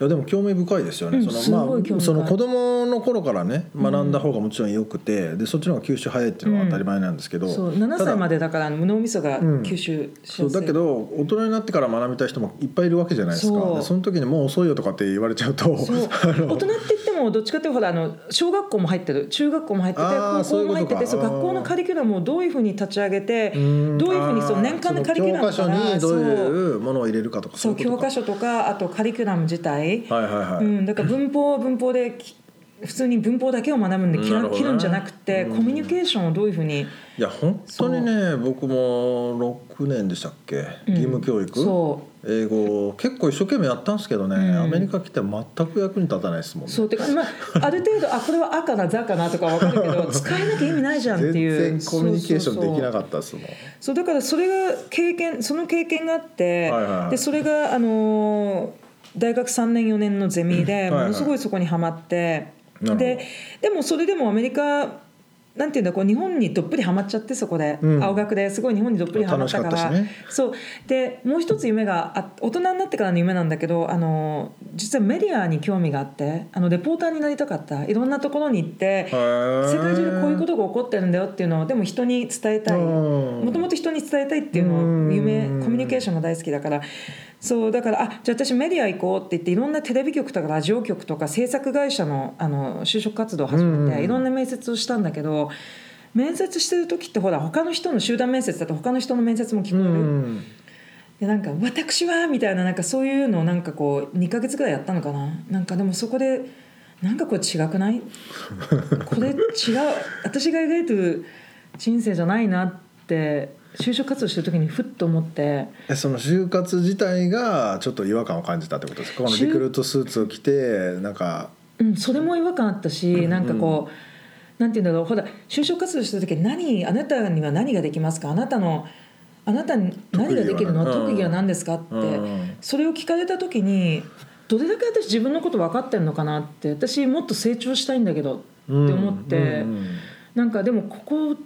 [SPEAKER 2] やでも興味深いですよね、
[SPEAKER 3] うんす
[SPEAKER 2] その
[SPEAKER 3] ごい興味深い
[SPEAKER 2] まあその子供の頃からね学んだ方がもちろん良くて、でそっちの方が吸収早いっていうのは当たり前なんですけど、
[SPEAKER 3] そう7
[SPEAKER 2] た
[SPEAKER 3] 歳
[SPEAKER 2] だ
[SPEAKER 3] までだから脳みそが
[SPEAKER 2] うん
[SPEAKER 3] 吸収し
[SPEAKER 2] そ
[SPEAKER 3] や
[SPEAKER 2] う
[SPEAKER 3] すい
[SPEAKER 2] だけど大人になってから学びたい人もいっぱいいるわけじゃないですか
[SPEAKER 3] そう
[SPEAKER 2] でその時にもう遅いよとかって言われちゃうと
[SPEAKER 3] そう
[SPEAKER 2] あの
[SPEAKER 3] 大人って言ってもどっちかっていうとほらあの小学校も入ってる中学校も入ってて
[SPEAKER 2] あー
[SPEAKER 3] 高校も入っててそ
[SPEAKER 2] そうういうことか
[SPEAKER 3] 学校のカリキュラムをどういうふうに立ち上げてどう
[SPEAKER 2] うん
[SPEAKER 3] いうふうにその
[SPEAKER 2] あー
[SPEAKER 3] 年間のカリキュラム
[SPEAKER 2] そ
[SPEAKER 3] か
[SPEAKER 2] の教科書
[SPEAKER 3] ら
[SPEAKER 2] にどう
[SPEAKER 3] そう
[SPEAKER 2] いうものを入れるかとか
[SPEAKER 3] そう
[SPEAKER 2] い
[SPEAKER 3] 教
[SPEAKER 2] こと
[SPEAKER 3] 科
[SPEAKER 2] か
[SPEAKER 3] 書とかあとカリキュラム自体、
[SPEAKER 2] はいはいはい、
[SPEAKER 3] うん、だから文法は文法でき普通に文法だけを学ぶんで切
[SPEAKER 2] な
[SPEAKER 3] ら
[SPEAKER 2] るほどね
[SPEAKER 3] 切るんじゃなくてコミュニケーションをどういうふうに
[SPEAKER 2] いや本当にね僕も6年でしたっけ、義務教育
[SPEAKER 3] そう
[SPEAKER 2] 英語結構一生懸命やったんですけどね、
[SPEAKER 3] ん
[SPEAKER 2] アメリカ来て全く役に立たないですもんね
[SPEAKER 3] そうてか、まあ、ある程度あこれは「あ」かな「ざ」かなとか分かる けど使えなきゃ意味ないじゃんって
[SPEAKER 2] 全
[SPEAKER 3] いう
[SPEAKER 2] 然コミュニケーションでき
[SPEAKER 3] そうそうそう
[SPEAKER 2] なかったですもん
[SPEAKER 3] そうだからそれが経験その経験があって、
[SPEAKER 2] はいはいはい
[SPEAKER 3] でそれがあのー大学3年4年のゼミで
[SPEAKER 2] うんはいはい
[SPEAKER 3] ものすごいそこにはまって、
[SPEAKER 2] なるほど
[SPEAKER 3] ででもそれでもアメリカなんていうんだこう日本にどっぷりはまっちゃってそこで、
[SPEAKER 2] うん
[SPEAKER 3] 青学ですごい日本にどっぷりはまったから
[SPEAKER 2] 楽しかったしね
[SPEAKER 3] そうでもう一つ夢があ大人になってからの夢なんだけどあのー実はメディアに興味があってあのレポーターになりたかったいろんなところに行って世
[SPEAKER 2] 世
[SPEAKER 3] 界中でこういうことが起こってるんだよっていうのをでも人に伝えたいもともと人に伝えたいっていうのを夢
[SPEAKER 2] うん
[SPEAKER 3] コミュニケーションが大好きだからそうだからあじゃあ私メディア行こうって言っていろんなテレビ局とかラジオ局とか制作会社のあの就職活動を始
[SPEAKER 2] うん
[SPEAKER 3] め
[SPEAKER 2] うんう
[SPEAKER 3] て
[SPEAKER 2] ん
[SPEAKER 3] いろんな面接をしたんだけど面接してる時ってほら他の人の集団面接だと他の人の面接も聞こえる。でなんか「私は」みたいななんかそういうのをなんかこう2ヶ月ぐらいやったのかななんかでもそこでなんかこれ違くないこれ違う私が描いてる人生じゃないなって就職活動してる時にふっと思って
[SPEAKER 2] えその就活自体がちょっと違和感を感じたってことですかこの
[SPEAKER 3] 就
[SPEAKER 2] リクルートスーツを着てなんか
[SPEAKER 3] うん、それも違和感あったし、なんかこうなんていうんだろうほら就職活動してる時何あなたには何ができますかあなたのあなたに何ができる
[SPEAKER 2] 特技
[SPEAKER 3] の
[SPEAKER 2] は
[SPEAKER 3] 特技は何ですかって、
[SPEAKER 2] うん
[SPEAKER 3] それを聞かれた時にどれだけ私自分のこと分かってるのかなって私もっと成長したいんだけどって思って、
[SPEAKER 2] うんうん
[SPEAKER 3] なんかでもここ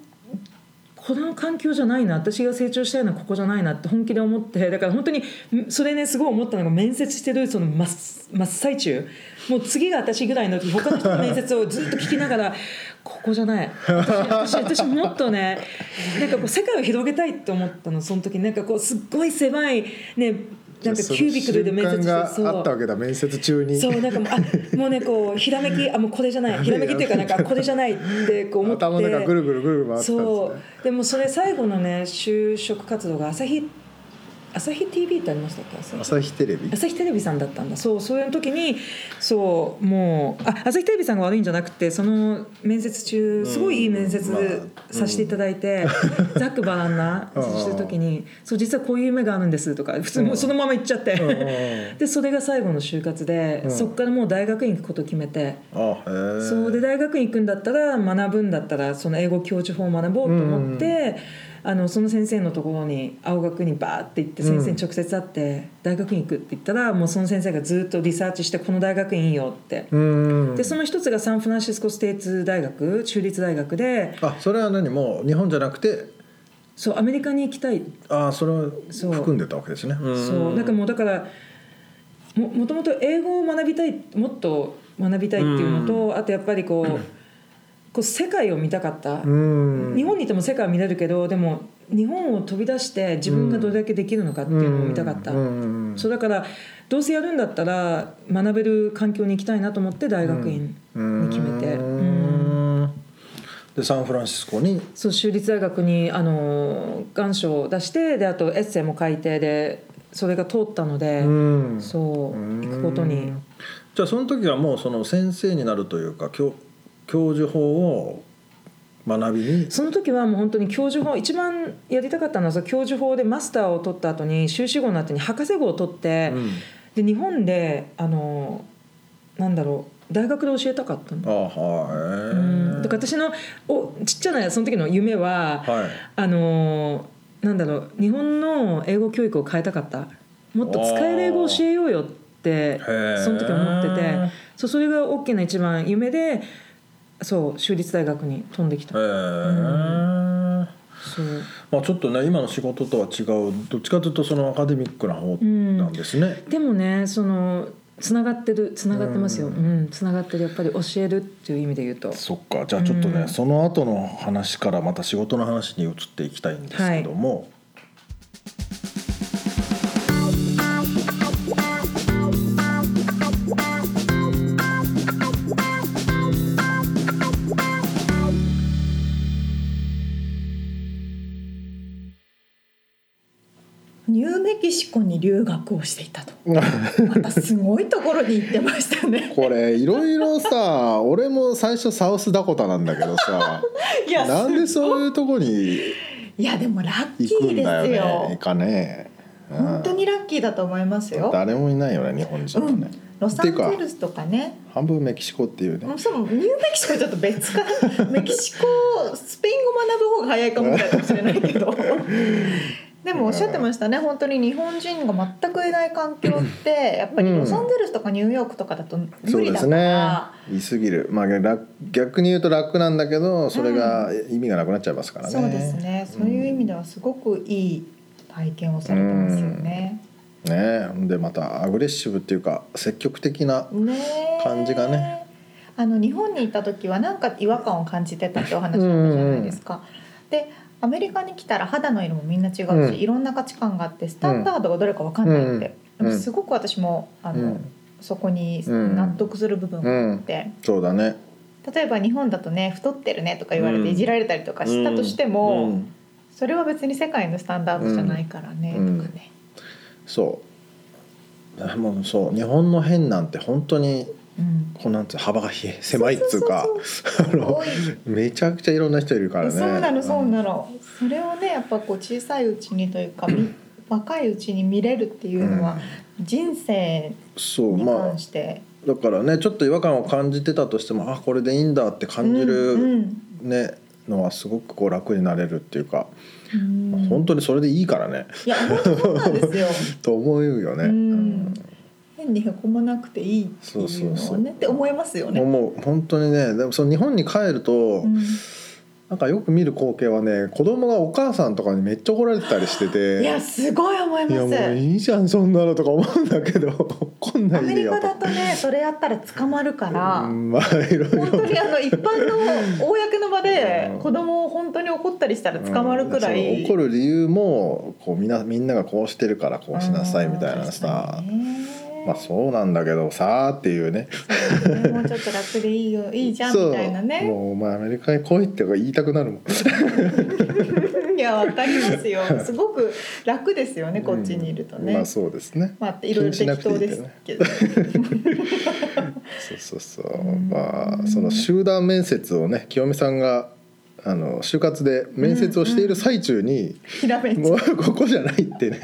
[SPEAKER 3] この環境じゃないな私が成長したいのはここじゃないなって本気で思ってだから本当にんそれねすごい思ったのが面接してるその真っ真っ最中もう次が私ぐらいの時他の人の面接をずっと聞きながらここじゃない私私私もっとねなんかこう世界を広げたいって思ったのその時なんかこうすっごい狭いねなんかキュービクルで面接
[SPEAKER 2] じゃあ
[SPEAKER 3] して
[SPEAKER 2] その瞬間があったわけだ面接中に
[SPEAKER 3] そうなんかもうあもうねこうひらめきあもうこれじゃないひらめきっていうかなんかこれじゃないってこう思って
[SPEAKER 2] 頭の中ぐるぐるぐるぐる回ってたんです
[SPEAKER 3] そ
[SPEAKER 2] ね
[SPEAKER 3] うでもそれ最後のね就職活動が朝日朝日 TV ってありましたっけ朝日
[SPEAKER 2] 朝日テレビ
[SPEAKER 3] 朝日テレビさんだったんだそうそういう時にそうもうあ朝日テレビさんが悪いんじゃなくてその面接中すごいいい面接
[SPEAKER 2] まあ
[SPEAKER 3] させていただいて、ざっくばらんな
[SPEAKER 2] うん
[SPEAKER 3] してる時に「そう実はこういう夢があるんです」とか普通もうそのまま言っちゃって、
[SPEAKER 2] ん
[SPEAKER 3] でそれが最後の就活で、
[SPEAKER 2] うん
[SPEAKER 3] そこからもう大学院行くことを決めて。
[SPEAKER 2] あへえ
[SPEAKER 3] そうで大学院行くんだったら学ぶんだったらその英語教授法を学ぼうと思って、あのその先生のところに青学にバーって行って
[SPEAKER 2] うん
[SPEAKER 3] 先生に直接会って、大学院行くって言ったらもうその先生がずっとリサーチしてこの大学院いいよって、
[SPEAKER 2] うん
[SPEAKER 3] でその一つがサンフランシスコ・ステーツ大学中立大学で
[SPEAKER 2] あそれは何もう日本じゃなくて
[SPEAKER 3] そうアメリカに行きたい
[SPEAKER 2] あそれを
[SPEAKER 3] そう
[SPEAKER 2] 含んでたわけですねうん
[SPEAKER 3] そうなんかもうだからももともと英語を学びたいもっと学びたいっていうのと、あとやっぱりこう,、こう世界を見たかった、
[SPEAKER 2] うん
[SPEAKER 3] 日本にいても世界は見れるけどでも日本を飛び出して自分がどれだけできるのかっていうのを見たかった、
[SPEAKER 2] うん
[SPEAKER 3] そうだからどうせやるんだったら学べる環境に行きたいなと思って大学院に決めて、うん
[SPEAKER 2] うんでサンフランシスコに
[SPEAKER 3] そう州立大学にあの願書を出してであとエッセイも書いてでそれが通ったので、
[SPEAKER 2] うん
[SPEAKER 3] そう行くことに
[SPEAKER 2] じゃあその時はもうその先生になるというか教教授法を学びに
[SPEAKER 3] その時はもう本当に教授法一番やりたかったのはその教授法でマスターを取った後に修士号の後に博士号を取って、
[SPEAKER 2] うん
[SPEAKER 3] で日本であのなんだろう大学で教えたかったの。
[SPEAKER 2] あはい
[SPEAKER 3] うんだから私のおちっちゃなその時の夢は、
[SPEAKER 2] はい
[SPEAKER 3] あのなんだろう日本の英語教育を変えたかったもっと使える英語を教えようよって
[SPEAKER 2] ー
[SPEAKER 3] その時思って
[SPEAKER 2] へー
[SPEAKER 3] てそうそれが大きな一番夢でそう州立大学に飛んできた
[SPEAKER 2] へえ、
[SPEAKER 3] そう
[SPEAKER 2] まあちょっとね今の仕事とは違うどっちかというとそのアカデミックな方なんですね、
[SPEAKER 3] でもねそのつながってるつながってますよ、
[SPEAKER 2] う
[SPEAKER 3] うんんつながってるやっぱり教えるっていう意味で言うと
[SPEAKER 2] そっかじゃあちょっとね、
[SPEAKER 3] うん
[SPEAKER 2] その後の話からまた仕事の話に移っていきたいんですけども、
[SPEAKER 1] ニューメキシコに留学をしてい たとまたすごいところに行ってましたね
[SPEAKER 2] これいろい ろさ俺も最初サウスダコタなんだけどさ
[SPEAKER 1] いや
[SPEAKER 2] なんです
[SPEAKER 1] ごい
[SPEAKER 2] そういうとこに
[SPEAKER 1] いやでもラッキ
[SPEAKER 2] 行く
[SPEAKER 1] ー
[SPEAKER 2] ん
[SPEAKER 1] で
[SPEAKER 2] だよね
[SPEAKER 1] す
[SPEAKER 2] 行
[SPEAKER 1] よ
[SPEAKER 2] かねえ、うん
[SPEAKER 1] 本当にラッキーだと思いますよ
[SPEAKER 2] 誰もいないよね日本人
[SPEAKER 1] う
[SPEAKER 2] はね
[SPEAKER 1] ん、ロサンゼルスとかね
[SPEAKER 2] 半分メキシコっていうね
[SPEAKER 1] うんそうニューメキシコはちょっと別 かなメキシコスペイン語学ぶ方が早いかもかもしれないけ どでもおっしゃってましたね本当に日本人が全くいない環境ってやっぱりロサンゼルスとかニューヨークとかだと無
[SPEAKER 2] そう
[SPEAKER 1] 理
[SPEAKER 2] で
[SPEAKER 1] だ
[SPEAKER 2] す
[SPEAKER 1] か
[SPEAKER 2] ね
[SPEAKER 1] ら、
[SPEAKER 2] 言い過ぎるまあ楽逆に言うと楽なんだけどそれが意味がなくなっちゃいますからね、
[SPEAKER 1] そうですねそういう意味ではすごくいい体験をされてますよね。
[SPEAKER 2] ねえでまたアグレッシブっていうか積極的な
[SPEAKER 1] ねえ
[SPEAKER 2] 感じがね。
[SPEAKER 1] あの日本にいた時はなんか違和感を感じてたってお話だったじゃないですか。でアメリカに来たら肌の色もみんな違うし、
[SPEAKER 2] うん
[SPEAKER 1] いろんな価値観があってスタンダードがどれかわかんないって、
[SPEAKER 2] うん
[SPEAKER 1] でもすごく私もあ
[SPEAKER 2] う
[SPEAKER 1] の、
[SPEAKER 2] ん
[SPEAKER 1] そこに納得する部分
[SPEAKER 2] う
[SPEAKER 1] があっ
[SPEAKER 2] ん
[SPEAKER 1] て、
[SPEAKER 2] そうだね
[SPEAKER 1] 例えば日本だとね太ってるねとか言われ
[SPEAKER 2] うん
[SPEAKER 1] ていじられたりとかしたとしても、
[SPEAKER 2] うん
[SPEAKER 1] それは別に世界のスタンダードじゃないからね、
[SPEAKER 2] うん
[SPEAKER 1] とかね。
[SPEAKER 2] そうあもうそう日本の変なんて本当に
[SPEAKER 1] うん
[SPEAKER 2] こうなんつう幅がひ狭いっつうか
[SPEAKER 1] そう
[SPEAKER 2] あの
[SPEAKER 1] 多い
[SPEAKER 2] めちゃくちゃいろんな人いるからね
[SPEAKER 1] そうなのそうなの、それをねやっぱこう小さいうちにという かみ若いうちに見れるっていうのは人生
[SPEAKER 2] そう
[SPEAKER 1] に
[SPEAKER 2] ま
[SPEAKER 1] 関
[SPEAKER 2] あ
[SPEAKER 1] して、
[SPEAKER 2] だからねちょっと違和感を感じてたとしてもあこれでいいんだって感じ
[SPEAKER 1] うん
[SPEAKER 2] る、ねのはすごくこう楽になれるっていうか、
[SPEAKER 1] うんうん
[SPEAKER 2] 本当にそれでいいからね
[SPEAKER 1] いや本当そうなんですよ、
[SPEAKER 2] と思うよね、
[SPEAKER 1] う
[SPEAKER 2] うん
[SPEAKER 1] ん、変にへこまなくていいっていうのをね
[SPEAKER 2] そうそうそう
[SPEAKER 1] って思いますよね、
[SPEAKER 2] 思う本当にねでもその日本に帰ると、
[SPEAKER 1] うん
[SPEAKER 2] なんかよく見る光景はね子供がお母さんとかにめっちゃ怒られてたりしてて
[SPEAKER 1] いやすごい思い
[SPEAKER 2] いや
[SPEAKER 1] ま
[SPEAKER 2] もう
[SPEAKER 1] す
[SPEAKER 2] いいじゃんそんなのとか思うんだけど 怒んな
[SPEAKER 1] ア
[SPEAKER 2] い
[SPEAKER 1] メ
[SPEAKER 2] で
[SPEAKER 1] リ
[SPEAKER 2] よ
[SPEAKER 1] カ
[SPEAKER 2] と
[SPEAKER 1] だとねそれやったら捕まるから、
[SPEAKER 2] うんまあいろいろ
[SPEAKER 1] 本当にあの一般の公の場 で子供を本当に怒ったりしたら捕まるくらい、
[SPEAKER 2] うんそう怒る理由もこうみんなみんながこうしてるからこうしなさいみたいなさ、まあそうなんだけどさっていうね
[SPEAKER 1] う、ね、もうちょっと楽でいいよいいじゃん
[SPEAKER 2] そう
[SPEAKER 1] みたいな
[SPEAKER 2] も
[SPEAKER 1] ね
[SPEAKER 2] うお前アメリカに来いって言いたくなるもん
[SPEAKER 1] いやわかりますよすごく楽ですよねこっちにいるとね、
[SPEAKER 2] まあそうですね
[SPEAKER 1] まあいろいろ
[SPEAKER 2] 気にしな
[SPEAKER 1] 適
[SPEAKER 2] くてい
[SPEAKER 1] 当
[SPEAKER 2] いけ
[SPEAKER 1] で
[SPEAKER 2] ど
[SPEAKER 1] す
[SPEAKER 2] ね
[SPEAKER 1] けど
[SPEAKER 2] そうそうそうまあその集団面接をね清美さんがあの就活で面接をしている最中に、
[SPEAKER 1] ひらめいちゃう
[SPEAKER 2] もう ここじゃないってね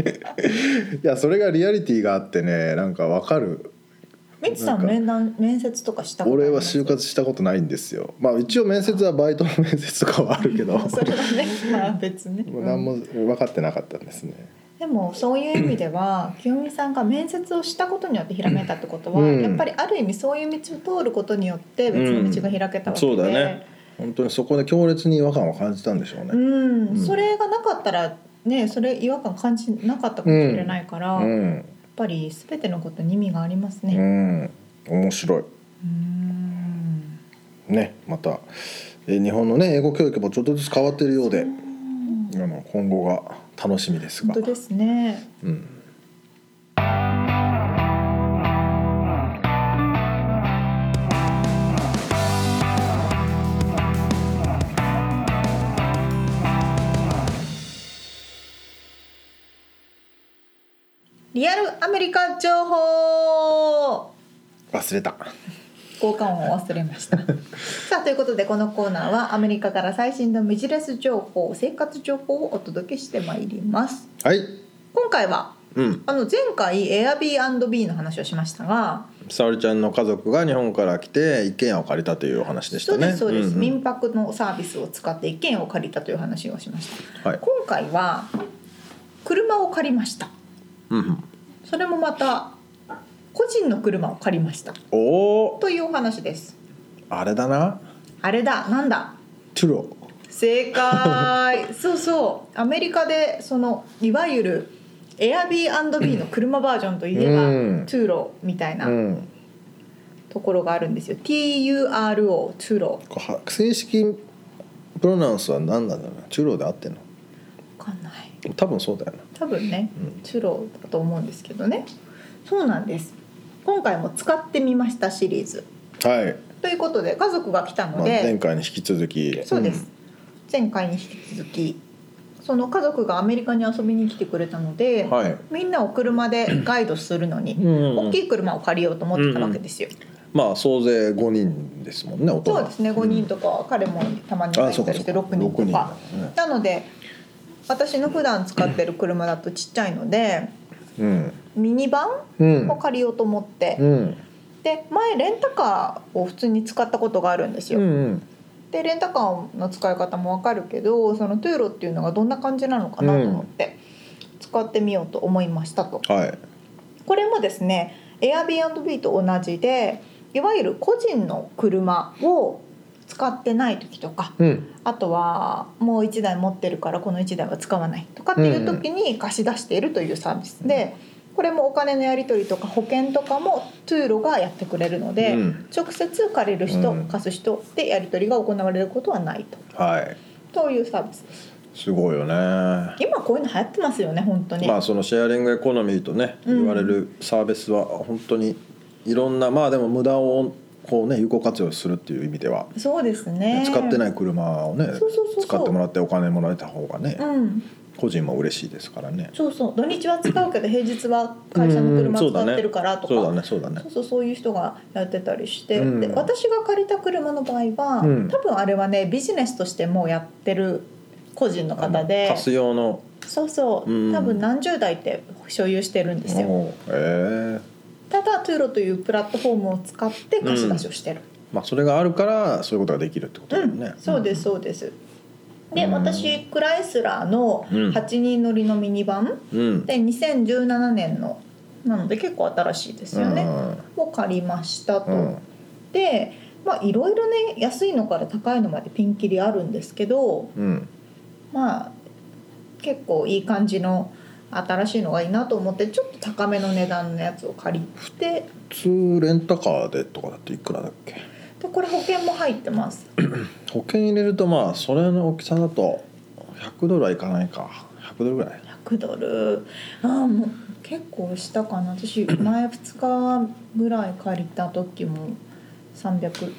[SPEAKER 2] いやそれがリアリティがあってねなんかわかる
[SPEAKER 1] みちさん面談面接とかしたことあ
[SPEAKER 2] 俺
[SPEAKER 1] り
[SPEAKER 2] は
[SPEAKER 1] ます
[SPEAKER 2] 就活したことないんですよまあ一応面接はバイトの面接とかはあるけども
[SPEAKER 1] それはねまあ別ね、
[SPEAKER 2] う何も分かってなかったんですね
[SPEAKER 1] でもそういう意味では清美さんが面接をしたことによってひらめいたってことは、
[SPEAKER 2] うん
[SPEAKER 1] やっぱりある意味そういう道を通ることによって別の道が開けたわけで、
[SPEAKER 4] そうだね
[SPEAKER 2] 本当にそこで強烈に違和感を感じたんでしょう
[SPEAKER 1] う
[SPEAKER 2] ね
[SPEAKER 1] ん、
[SPEAKER 2] うん
[SPEAKER 1] それがなかったらねそれ違和感感じなかったかもしれないから、
[SPEAKER 2] う
[SPEAKER 1] やっぱ
[SPEAKER 2] ん
[SPEAKER 1] り全てのことに意味があります
[SPEAKER 2] う
[SPEAKER 1] ね。
[SPEAKER 2] ん面白
[SPEAKER 1] う
[SPEAKER 2] い
[SPEAKER 1] ん
[SPEAKER 2] ねまたえー日本のね英語教育もちょっとずつ変わっているようであの今後が楽しみです
[SPEAKER 1] 本
[SPEAKER 2] が
[SPEAKER 1] 当ですね。
[SPEAKER 2] うん
[SPEAKER 1] リアルアメリカ情報
[SPEAKER 2] 忘れた
[SPEAKER 1] 交換音を忘れましたさあということでこのコーナーはアメリカから最新のビジネス情報生活情報をお届けしてまいります
[SPEAKER 2] はい
[SPEAKER 1] 今回は
[SPEAKER 4] うん
[SPEAKER 1] あの前回 Airbnb の話をしましたが、
[SPEAKER 4] 沙織ちゃんの家族が日本から来て一軒家を借りたというお話でし
[SPEAKER 1] そ
[SPEAKER 4] た
[SPEAKER 1] うで
[SPEAKER 4] ね
[SPEAKER 1] すそうです、
[SPEAKER 4] んん
[SPEAKER 1] 民泊のサービスを使って意見を借りたという話をしました、
[SPEAKER 4] はい
[SPEAKER 1] 今回は車を借りました
[SPEAKER 4] うんうん
[SPEAKER 1] それもまた個人の車を借りました
[SPEAKER 4] おお
[SPEAKER 1] というお話です
[SPEAKER 4] あれだな
[SPEAKER 1] あれだなんだ
[SPEAKER 4] トゥロ
[SPEAKER 1] 正 解そうそうアメリカでそのいわゆる Airbnb の車バージョンといえば、
[SPEAKER 2] うん
[SPEAKER 1] トゥーロみたいうなんところがあるんですよ、TURO トゥーロ
[SPEAKER 2] これは正式プロナウンスは何なんだろうな中ロで合ってんの
[SPEAKER 1] わかんない
[SPEAKER 2] 多分そうだよな
[SPEAKER 1] 多分ね、
[SPEAKER 2] うん
[SPEAKER 1] チュロだと思うんですけどねそうなんです今回も使ってみましたシリーズ
[SPEAKER 2] はい、
[SPEAKER 1] ということで家族が来たの
[SPEAKER 2] まあ、前
[SPEAKER 1] で、
[SPEAKER 2] 回に引き続き
[SPEAKER 1] そうです、前回に引き続きその家族がアメリカに遊びに来てくれたので、
[SPEAKER 4] はい
[SPEAKER 1] みんなを車でガイドするのに、
[SPEAKER 4] ん
[SPEAKER 1] 大きい車を借りようと思ってたわけですよ、
[SPEAKER 4] まあ総勢5人ですもんね大人
[SPEAKER 1] そうですね5人とか、彼もたまに
[SPEAKER 2] あ
[SPEAKER 1] 入
[SPEAKER 2] そう
[SPEAKER 1] った
[SPEAKER 2] か
[SPEAKER 1] り
[SPEAKER 2] そ
[SPEAKER 1] し
[SPEAKER 2] う
[SPEAKER 1] て
[SPEAKER 2] か
[SPEAKER 1] 6人とか
[SPEAKER 2] 六人だね
[SPEAKER 1] なので私の普段使ってる車だとちっちゃいので
[SPEAKER 2] うん
[SPEAKER 1] ミニバン
[SPEAKER 2] うん
[SPEAKER 1] を借りようと思って、
[SPEAKER 2] うん
[SPEAKER 1] で前レンタカーを普通に使ったことがあるんです
[SPEAKER 2] う
[SPEAKER 1] よ、
[SPEAKER 2] ん
[SPEAKER 1] でレンタカーの使い方もわかるけどそのトゥーロっていうのがどんな感じなのかなと思って使ってみようと思いましたと、
[SPEAKER 2] はい
[SPEAKER 1] これもですね Airbnb と同じでいわゆる個人の車を使ってない時とか
[SPEAKER 2] うん
[SPEAKER 1] あとはもう1台持ってるからこの1台は使わないとかっていう時に貸し出しているというサービスで、これもお金のやり取りとか保険とかもトゥーロがやってくれるので、
[SPEAKER 2] うん
[SPEAKER 1] 直接借りる人、
[SPEAKER 2] うん
[SPEAKER 1] 貸す人でやり取りが行われることはないと
[SPEAKER 2] はい
[SPEAKER 1] そういうサービスです
[SPEAKER 2] すごいよね
[SPEAKER 1] 今こういうの流行ってますよね本当に、
[SPEAKER 4] まあそのシェアリングエコノミーとね
[SPEAKER 1] うん
[SPEAKER 4] 言われるサービスは本当にいろんなまあでも無駄をこうね有効活用するっていう意味では、
[SPEAKER 1] そうですね
[SPEAKER 4] 使って
[SPEAKER 1] い
[SPEAKER 4] ない車をね
[SPEAKER 1] そうそうそうそう
[SPEAKER 4] 使ってもらってお金もらえた方がね、
[SPEAKER 1] うん
[SPEAKER 4] 個人も嬉しいですからね
[SPEAKER 1] そうそう土日は使うけど平日は会社の車使ってるからとか、
[SPEAKER 4] そうだねそうだね
[SPEAKER 1] そうそうそういう人がやってたりして、
[SPEAKER 2] うん
[SPEAKER 1] で私が借りた車の場合は、
[SPEAKER 2] うん
[SPEAKER 1] 多分あれはねビジネスとしてもうやってる個人の方で
[SPEAKER 4] 貸す用の
[SPEAKER 1] そうそう、
[SPEAKER 4] うん
[SPEAKER 1] 多分何十台って所有してるんですよ
[SPEAKER 2] おうええ
[SPEAKER 1] ただトゥーロというプラットフォームを使って貸し出しをしてる、
[SPEAKER 4] まあそれがあるからそういうことができるってこと
[SPEAKER 1] う
[SPEAKER 4] だよ
[SPEAKER 1] ん
[SPEAKER 4] ね、
[SPEAKER 1] そうですそうですで
[SPEAKER 2] うん
[SPEAKER 1] 私クライスラーの
[SPEAKER 4] うん
[SPEAKER 1] 8人乗りのミニバン
[SPEAKER 4] うん
[SPEAKER 1] で2017年のなので結構新しいですよね、を借りましたと、
[SPEAKER 2] うん
[SPEAKER 1] でまあいろいろね安いのから高いのまでピンキリあるんですけど
[SPEAKER 2] うん
[SPEAKER 1] まあ結構いい感じの新しいのがいいなと思ってちょっと高めの値段のやつを借りて
[SPEAKER 2] 普通レンタカーでとかだっていくらだっけ
[SPEAKER 1] でこれ保険も入ってます
[SPEAKER 2] 保険入れるとまあそれの大きさだと100ドルはいかないか100ドルぐらい
[SPEAKER 1] 100ドルあーもう結構したかな私前2日ぐらい借りた時も300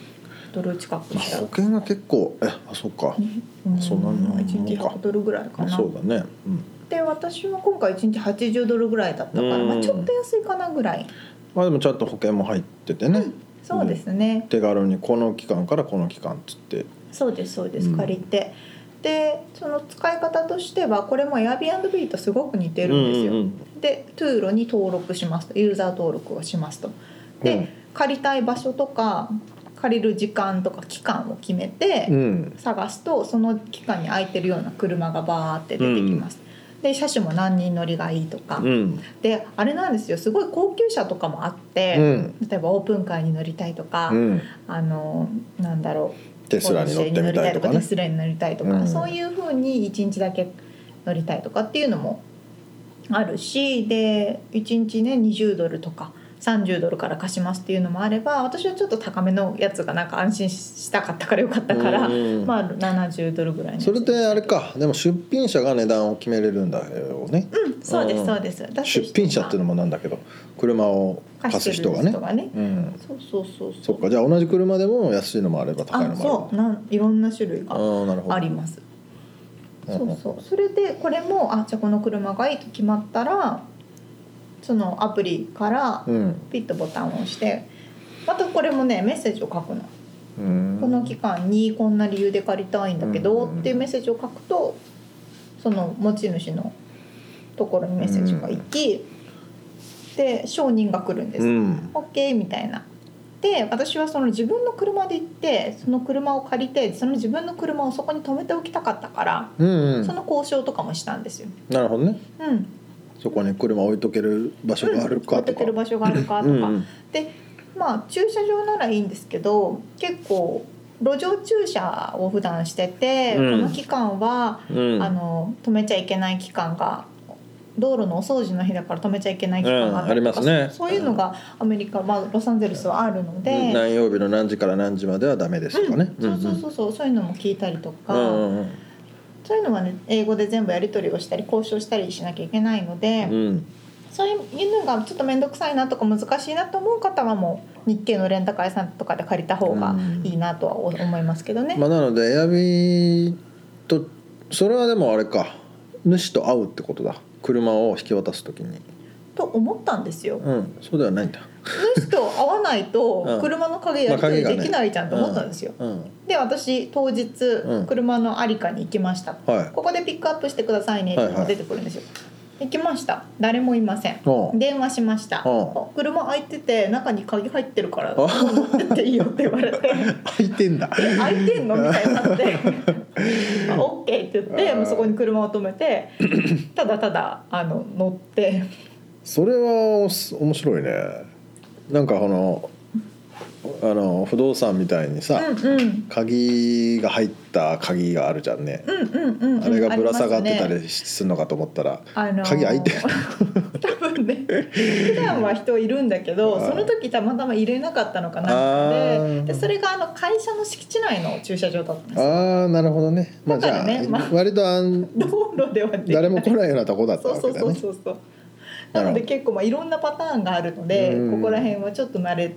[SPEAKER 1] ドル近く
[SPEAKER 2] まあ
[SPEAKER 1] した
[SPEAKER 2] 保険は結構えあそっか
[SPEAKER 1] うん
[SPEAKER 2] そんなもんか
[SPEAKER 1] 1日100ドルぐらいかな
[SPEAKER 2] そうだね、うん、
[SPEAKER 1] で私は今回1日80ドルぐらいだったから、
[SPEAKER 2] うん
[SPEAKER 1] まあ、ちょっと安いかなぐらい
[SPEAKER 2] まあでもちゃんと保険も入っててね、
[SPEAKER 1] そうですね、
[SPEAKER 2] 手軽にこの期間からこの期間っつって
[SPEAKER 1] そうですそうです、
[SPEAKER 2] うん
[SPEAKER 1] 借りてでその使い方としてはこれも Airbnb とすごく似てるんですよ、
[SPEAKER 2] うんうん
[SPEAKER 1] で Turo に登録しますとユーザー登録をしますとで、
[SPEAKER 2] うん
[SPEAKER 1] 借りたい場所とか借りる時間とか期間を決めて、
[SPEAKER 2] うん
[SPEAKER 1] 探すとその期間に空いてるような車がバーって出てきます、で車種も何人乗りがいいとか、
[SPEAKER 2] うん
[SPEAKER 1] であれなんですよすごい高級車とかもあって、
[SPEAKER 2] ん
[SPEAKER 1] 例えばオープンカーに乗りたいとか、
[SPEAKER 2] うん、
[SPEAKER 1] あのなんだろう
[SPEAKER 2] テスラに乗ってみたいとか
[SPEAKER 1] ポルシェに乗りテス
[SPEAKER 2] ね
[SPEAKER 1] ラに乗りたいとか、
[SPEAKER 2] うん
[SPEAKER 1] そういうふうに1日だけ乗りたいとかっていうのもあるしで1日ね20ドルとか。30ドルから貸しますっていうのもあれば私はちょっと高めのやつがなんか安心したかったからよかったから、
[SPEAKER 2] うん
[SPEAKER 1] まあ70ドルぐらいのやつ
[SPEAKER 2] それであれかでも出品者が値段を決めれるんだよね、
[SPEAKER 1] そうで
[SPEAKER 2] う
[SPEAKER 1] す
[SPEAKER 2] ん
[SPEAKER 1] そうです出す
[SPEAKER 2] 出
[SPEAKER 1] 人が
[SPEAKER 2] 品者っていうのもなんだけど車を貸す
[SPEAKER 1] 貸して
[SPEAKER 2] 人
[SPEAKER 1] る
[SPEAKER 2] がね
[SPEAKER 1] 人がね
[SPEAKER 2] うん、
[SPEAKER 1] そうそうそう
[SPEAKER 2] そっかじゃあ同じ車でも安いのもあれば高い
[SPEAKER 1] あ
[SPEAKER 2] の
[SPEAKER 1] そ
[SPEAKER 2] も
[SPEAKER 1] うなんいろんな種類が
[SPEAKER 2] あるああなるほど
[SPEAKER 1] あります
[SPEAKER 2] うん
[SPEAKER 1] そうそうそれでこれもあじゃあこの車がいいと決まったらそのアプリから
[SPEAKER 2] うん
[SPEAKER 1] ピッとボタンを押してまたこれもねメッセージを書くの、
[SPEAKER 2] うん
[SPEAKER 1] この期間にこんな理由で借りたいんだけど、っていうメッセージを書くとその持ち主のところにメッセージが行き、で承認が来るんです、
[SPEAKER 2] うん
[SPEAKER 1] OK みたいな。で私はその自分の車で行ってその車を借りてその自分の車をそこに止めておきたかったから、
[SPEAKER 2] うんうん
[SPEAKER 1] その交渉とかもしたんですよ。
[SPEAKER 2] なるほどね
[SPEAKER 1] うん、
[SPEAKER 2] そこに車置いとける場所がある
[SPEAKER 1] こうや
[SPEAKER 2] か
[SPEAKER 1] って
[SPEAKER 2] とか
[SPEAKER 1] てる場所があるかとか、
[SPEAKER 2] うんうん
[SPEAKER 1] でまあ駐車場ならいいんですけど結構路上駐車を普段してて、
[SPEAKER 2] うん
[SPEAKER 1] この期間は、
[SPEAKER 2] うん
[SPEAKER 1] あの止めちゃいけない期間が道路のお掃除の日だから止めちゃいけない期間がったりとか
[SPEAKER 2] うんありますね
[SPEAKER 1] そうそういうのがアメリカ、まあ、ロサンゼルスはあるので。
[SPEAKER 2] 何曜日の何時から何時まではダメですとかね、
[SPEAKER 1] そうそうそうそうそういうのも聞いたりとか、
[SPEAKER 2] うんうん
[SPEAKER 1] そういうのはね英語で全部やり取りをしたり交渉したりしなきゃいけないので、
[SPEAKER 2] うんうん
[SPEAKER 1] そういうのがちょっと面倒くさいなとか難しいなと思う方はもう日系のレンタカー屋さんとかで借りた方がいいなとは思いますけどね。
[SPEAKER 2] まあ、なのでエアビーとそれはでもあれか主と会うってことだ車を引き渡すときに
[SPEAKER 1] と思ったんですよ。
[SPEAKER 2] うんそうではないんだ
[SPEAKER 1] 主と会わないと
[SPEAKER 2] うん
[SPEAKER 1] 車の鍵やり取り
[SPEAKER 2] まあ鍵がね
[SPEAKER 1] できないじゃんと思ったんですよ。
[SPEAKER 2] うん
[SPEAKER 1] で私当日
[SPEAKER 2] うん
[SPEAKER 1] 車のありかに行きました、
[SPEAKER 2] はい
[SPEAKER 1] ここでピックアップしてくださいねっていうのが出てくるんですよ、行きました誰もいません
[SPEAKER 2] うん
[SPEAKER 1] 電話しました
[SPEAKER 2] うん
[SPEAKER 1] あ車開いてて中に鍵入ってるから
[SPEAKER 2] あ
[SPEAKER 1] 持 ってっていいよって言われて
[SPEAKER 2] 開いてんだ
[SPEAKER 1] え開いてんのみたいになって まあ OK って言ってもうそこに車を止め てただただあの乗って
[SPEAKER 5] それはおす面白いね
[SPEAKER 2] なんかこのあの不動産みたいにさ、
[SPEAKER 1] うんうん
[SPEAKER 2] 鍵が入った鍵があるじゃんね、
[SPEAKER 1] うんうんうんうん
[SPEAKER 2] あれがぶら下がってた
[SPEAKER 1] ありますね
[SPEAKER 2] りするのかと思ったら、
[SPEAKER 1] あのー
[SPEAKER 2] 鍵開いて
[SPEAKER 1] 多分ね普段は人いるんだけど
[SPEAKER 2] はい
[SPEAKER 1] その時たまたま入れなかったのかなんか
[SPEAKER 2] あ
[SPEAKER 1] で
[SPEAKER 2] ー
[SPEAKER 1] でそれがあの会社の敷地内の駐車場だったんですよ
[SPEAKER 2] ああなるほどねまあじ
[SPEAKER 1] だから
[SPEAKER 2] ゃあ、
[SPEAKER 1] ねまあ
[SPEAKER 2] 割とあん
[SPEAKER 1] 道路ではできない
[SPEAKER 2] 誰も来ないようなとこだった
[SPEAKER 1] そう
[SPEAKER 2] わ
[SPEAKER 1] そ
[SPEAKER 2] け
[SPEAKER 1] う
[SPEAKER 2] だ
[SPEAKER 1] そう
[SPEAKER 2] ね
[SPEAKER 1] そうそうなので結構まあいろんなパターンがあるので
[SPEAKER 2] うん
[SPEAKER 1] ここら辺はちょっと慣れ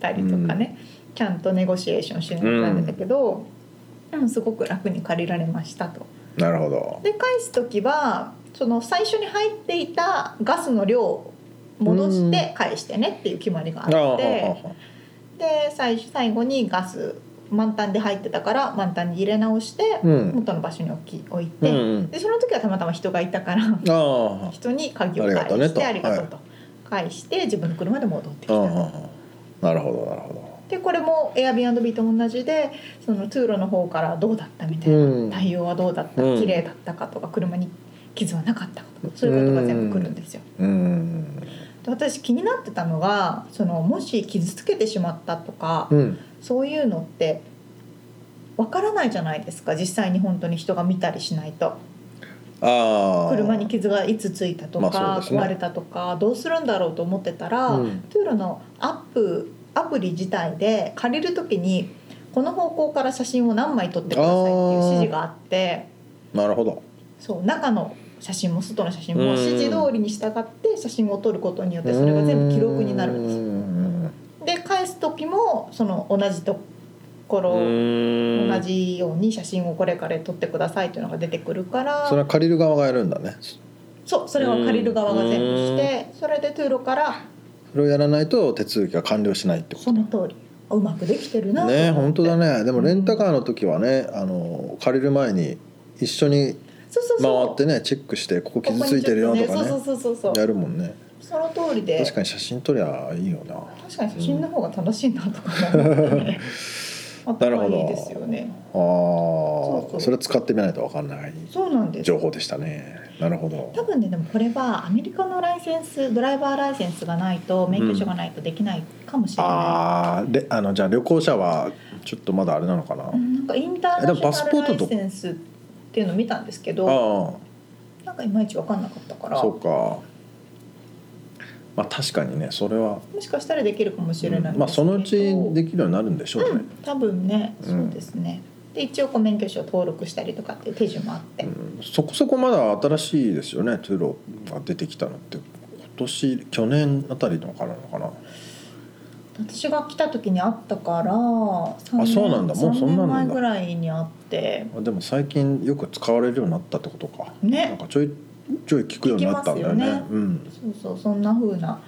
[SPEAKER 1] たりとかねちゃんとネゴシエーションしなきゃダメだけど、うん、すごく楽に借りられましたと。
[SPEAKER 2] なるほど
[SPEAKER 1] で返す時はその最初に入っていたガスの量を戻して返してねっていう決まりがあ
[SPEAKER 2] あ
[SPEAKER 1] っ
[SPEAKER 2] あ
[SPEAKER 1] てで最最後にガス満タンで入ってたから満タンに入れ直して
[SPEAKER 2] うん
[SPEAKER 1] 元の場所に置き置い
[SPEAKER 2] うん
[SPEAKER 1] て
[SPEAKER 2] うん
[SPEAKER 1] でその時はたまたま人がいたから
[SPEAKER 2] ああ
[SPEAKER 1] 人に鍵を
[SPEAKER 2] ありがとう
[SPEAKER 1] 返
[SPEAKER 2] ね
[SPEAKER 1] し
[SPEAKER 2] と
[SPEAKER 1] てありがとうと返して自分の車で戻ってき
[SPEAKER 2] ああ
[SPEAKER 1] たと。
[SPEAKER 2] なるほどなるほ
[SPEAKER 1] でこれも Airbnb と同じでその通路の方からどうだったみたいな、
[SPEAKER 2] うん
[SPEAKER 1] 対応はどうだった、
[SPEAKER 2] うん
[SPEAKER 1] 綺麗だったかとか車に傷はなかったかとかそういうことが全部来るんですよ。
[SPEAKER 2] どうん
[SPEAKER 1] で私気になってたのがそのもし傷つけてしまったとか、
[SPEAKER 2] うん
[SPEAKER 1] そういうのってわからないじゃないですか実際に本当に人が見たりしないと
[SPEAKER 2] ああ
[SPEAKER 1] 車に傷がいつついたとか、
[SPEAKER 2] まあそうですね
[SPEAKER 1] 壊れたとかどうするんだろうと思ってたら、
[SPEAKER 2] うん
[SPEAKER 1] トゥーロのアップアプリ自体で借りる時にこの方向から写真を何枚撮ってくださいっていう指示があって
[SPEAKER 2] なるほど
[SPEAKER 1] そう中の写真も外の写真も
[SPEAKER 2] うん
[SPEAKER 1] 指示通りに従って写真を撮ることによってそれが全部記録になるんです
[SPEAKER 2] うん
[SPEAKER 1] で返す時もその同じと頃同
[SPEAKER 6] 同
[SPEAKER 1] じように写真をこれから撮ってくださいというのが出てくるから
[SPEAKER 2] それは借りる側がやるんだね
[SPEAKER 1] そうそれは借りる側が全部してそれでトゥーロから
[SPEAKER 2] それをやらないと手続きが完了しないってこと
[SPEAKER 1] その通りあうまくできてるなと思って
[SPEAKER 2] ね本当だねでもレンタカーの時はねあの借りる前に一緒に
[SPEAKER 1] そうそう
[SPEAKER 2] 回
[SPEAKER 1] そう
[SPEAKER 2] ってねチェックしてここ
[SPEAKER 1] ここ
[SPEAKER 2] 傷
[SPEAKER 1] に
[SPEAKER 2] ついてるよと
[SPEAKER 1] ちょっ
[SPEAKER 2] か
[SPEAKER 1] そう
[SPEAKER 2] ね
[SPEAKER 1] そうそうそうそ
[SPEAKER 2] や
[SPEAKER 1] う
[SPEAKER 2] るもんね
[SPEAKER 1] その通りで
[SPEAKER 2] 確かに写真撮りゃいいよな
[SPEAKER 1] 確かに写真の方が楽しいなとか思って ね頭いいですよね
[SPEAKER 2] あ
[SPEAKER 1] そうそ
[SPEAKER 2] ー
[SPEAKER 1] う
[SPEAKER 2] それ使ってみないと分かんない
[SPEAKER 1] そうなんです
[SPEAKER 2] 情報でしたねなるほど
[SPEAKER 1] 多分ねでもこれはアメリカのライセンスドライバーライセンスがないと免許証がないとできないかもしれな、
[SPEAKER 2] あーであのじゃあ旅行者はちょっとまだあれなのかない
[SPEAKER 1] うんなんかインターナ
[SPEAKER 2] えでもパ
[SPEAKER 1] シ
[SPEAKER 2] ス
[SPEAKER 1] ョ
[SPEAKER 2] ポ
[SPEAKER 1] ナ
[SPEAKER 2] ー
[SPEAKER 1] ル
[SPEAKER 2] ト
[SPEAKER 1] ラ
[SPEAKER 2] と
[SPEAKER 1] イセンスっていうの見たんですけど
[SPEAKER 2] あ
[SPEAKER 1] なんかいまいち分かんなかったか
[SPEAKER 2] あ
[SPEAKER 1] ら
[SPEAKER 2] そうかまあ確かにねそれは、
[SPEAKER 1] もしかしたらできるかもしれないんですけど、
[SPEAKER 2] うんまあそのうちできるようになるんでしょうね、
[SPEAKER 1] 多分ね
[SPEAKER 2] うん
[SPEAKER 1] そうですね、で一応こう免許証登録したりとかっていう手順もあって、
[SPEAKER 2] うんそこそこまだ新しいですよねトゥーロが出てきたのって今年去年あたりのからなのかな
[SPEAKER 1] 私が来た時にあったから
[SPEAKER 2] あそうなんだもう
[SPEAKER 1] 3
[SPEAKER 2] そんなん
[SPEAKER 1] 年
[SPEAKER 2] な
[SPEAKER 1] 前
[SPEAKER 2] んだ
[SPEAKER 1] ぐらいにあって
[SPEAKER 2] あでも最近よく使われるようになったってことか、
[SPEAKER 1] ね
[SPEAKER 2] なんかちょいちょい聞くようになったんだよね
[SPEAKER 1] 聞きますよね
[SPEAKER 2] うん、
[SPEAKER 1] そうそうそんな風な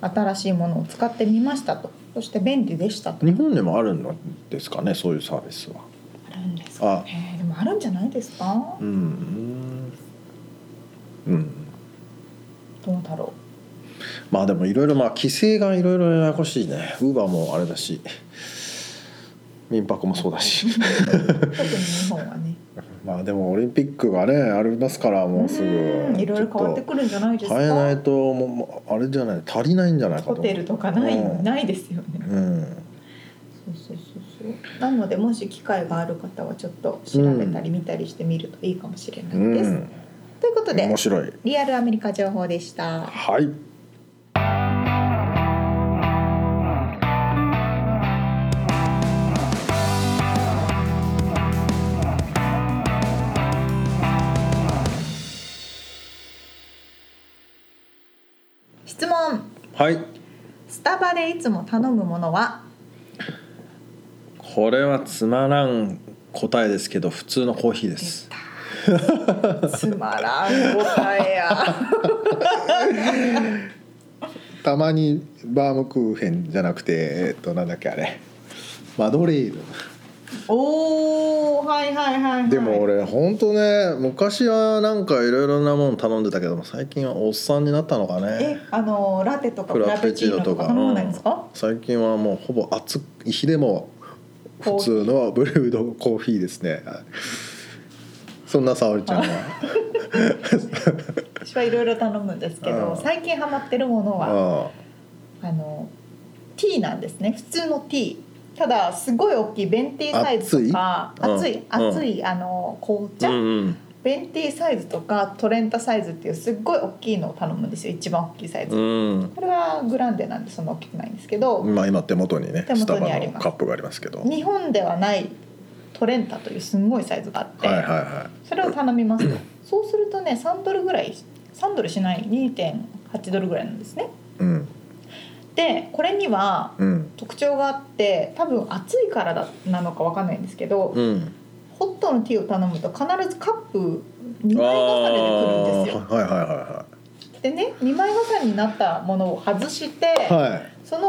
[SPEAKER 1] 新しいものを使ってみましたとそして便利でしたと
[SPEAKER 2] 日本でもあるんですかねそういうサービスは
[SPEAKER 1] あるんですか
[SPEAKER 2] あ
[SPEAKER 1] ねでもあるんじゃないですか
[SPEAKER 2] うんうん
[SPEAKER 1] どうだろ
[SPEAKER 2] まあでもいろいろまあ規制がいろいろややこしいねウーバーもあれだし民泊もそうだし
[SPEAKER 1] う特に日本はね
[SPEAKER 2] まあでもオリンピックがねありますからもうす
[SPEAKER 1] うん
[SPEAKER 2] ぐ
[SPEAKER 1] いろいろ変わってくるんじゃないですか
[SPEAKER 2] 変えないともうもうあれじゃない足りないんじゃないかと
[SPEAKER 1] ホ
[SPEAKER 2] 思う
[SPEAKER 1] テルとかない、
[SPEAKER 2] うん
[SPEAKER 1] ないですよね
[SPEAKER 2] うん
[SPEAKER 1] そうそうそうそうなのでもし機会がある方はちょっと調べたり見たりしてみるといいかもしれな
[SPEAKER 2] う
[SPEAKER 1] いです、
[SPEAKER 2] ん
[SPEAKER 1] ということで
[SPEAKER 2] 面白い
[SPEAKER 1] リアルアメリカ情報でした
[SPEAKER 2] はい
[SPEAKER 1] 質問
[SPEAKER 2] はい
[SPEAKER 1] スタバでいつも頼むものは
[SPEAKER 2] これはつまらん答えですけど普通のコーヒーです
[SPEAKER 1] つまらん答えや
[SPEAKER 5] たまにバームクーヘンじゃなくてえっとなんだっけあれマドレーヌ
[SPEAKER 1] おおはいはいはい、はい、
[SPEAKER 2] でも俺本当ね昔はなんかいろいろなもの頼んでたけども最近はおっさんになったのか
[SPEAKER 1] え
[SPEAKER 2] ね
[SPEAKER 1] あのラテとか
[SPEAKER 2] フ
[SPEAKER 1] フ
[SPEAKER 2] ラ
[SPEAKER 1] ラペ
[SPEAKER 2] ペ
[SPEAKER 1] チ
[SPEAKER 2] チー
[SPEAKER 1] ーノ
[SPEAKER 2] ノ
[SPEAKER 1] と
[SPEAKER 2] と
[SPEAKER 1] か
[SPEAKER 2] か
[SPEAKER 1] 頼まないん
[SPEAKER 2] うん
[SPEAKER 1] ですか、
[SPEAKER 2] 最近はもうほぼ熱い日でも普通のブルードコーヒーですね
[SPEAKER 5] そんな沙織 ちゃんは
[SPEAKER 1] 私はいろいろ頼むんですけど
[SPEAKER 2] うん
[SPEAKER 1] 最近ハマってるものは
[SPEAKER 2] あ
[SPEAKER 1] あのティーなんですね普通のティーただすごい大きいベンティーサイズとか熱
[SPEAKER 2] 熱
[SPEAKER 1] い
[SPEAKER 2] い
[SPEAKER 1] 熱
[SPEAKER 2] うん
[SPEAKER 1] い,、あの紅
[SPEAKER 2] あ
[SPEAKER 1] 茶、ベンティーサイズとかトレンタサイズっていうすっごい大きいのを頼むんですよ一番大きいサイズ、
[SPEAKER 2] うん
[SPEAKER 1] これはグランデなんでそんな大きくないんですけど、
[SPEAKER 2] まあ今手元にね
[SPEAKER 1] 手
[SPEAKER 2] ス
[SPEAKER 1] 元
[SPEAKER 2] タ
[SPEAKER 1] に
[SPEAKER 2] バ
[SPEAKER 1] あり
[SPEAKER 2] の
[SPEAKER 1] ます
[SPEAKER 2] カップがありますけどはい
[SPEAKER 1] 日本ではないトレンタというすんごいサイズがあって、
[SPEAKER 2] はいは
[SPEAKER 1] それを頼み ますとそうするとね3ドルぐらい3ドルしない2.8ドルぐらいなんですね
[SPEAKER 2] いうん
[SPEAKER 1] でこれには
[SPEAKER 2] うん
[SPEAKER 1] 特徴があって多分暑いからだなのかわかんないんですけど、
[SPEAKER 2] うん
[SPEAKER 1] ホットのティーを頼むと必ずカップ2枚重ねでくるんですよ
[SPEAKER 2] はいはいは
[SPEAKER 1] でね2枚重ねになったものを外して、
[SPEAKER 2] いはいはい
[SPEAKER 1] その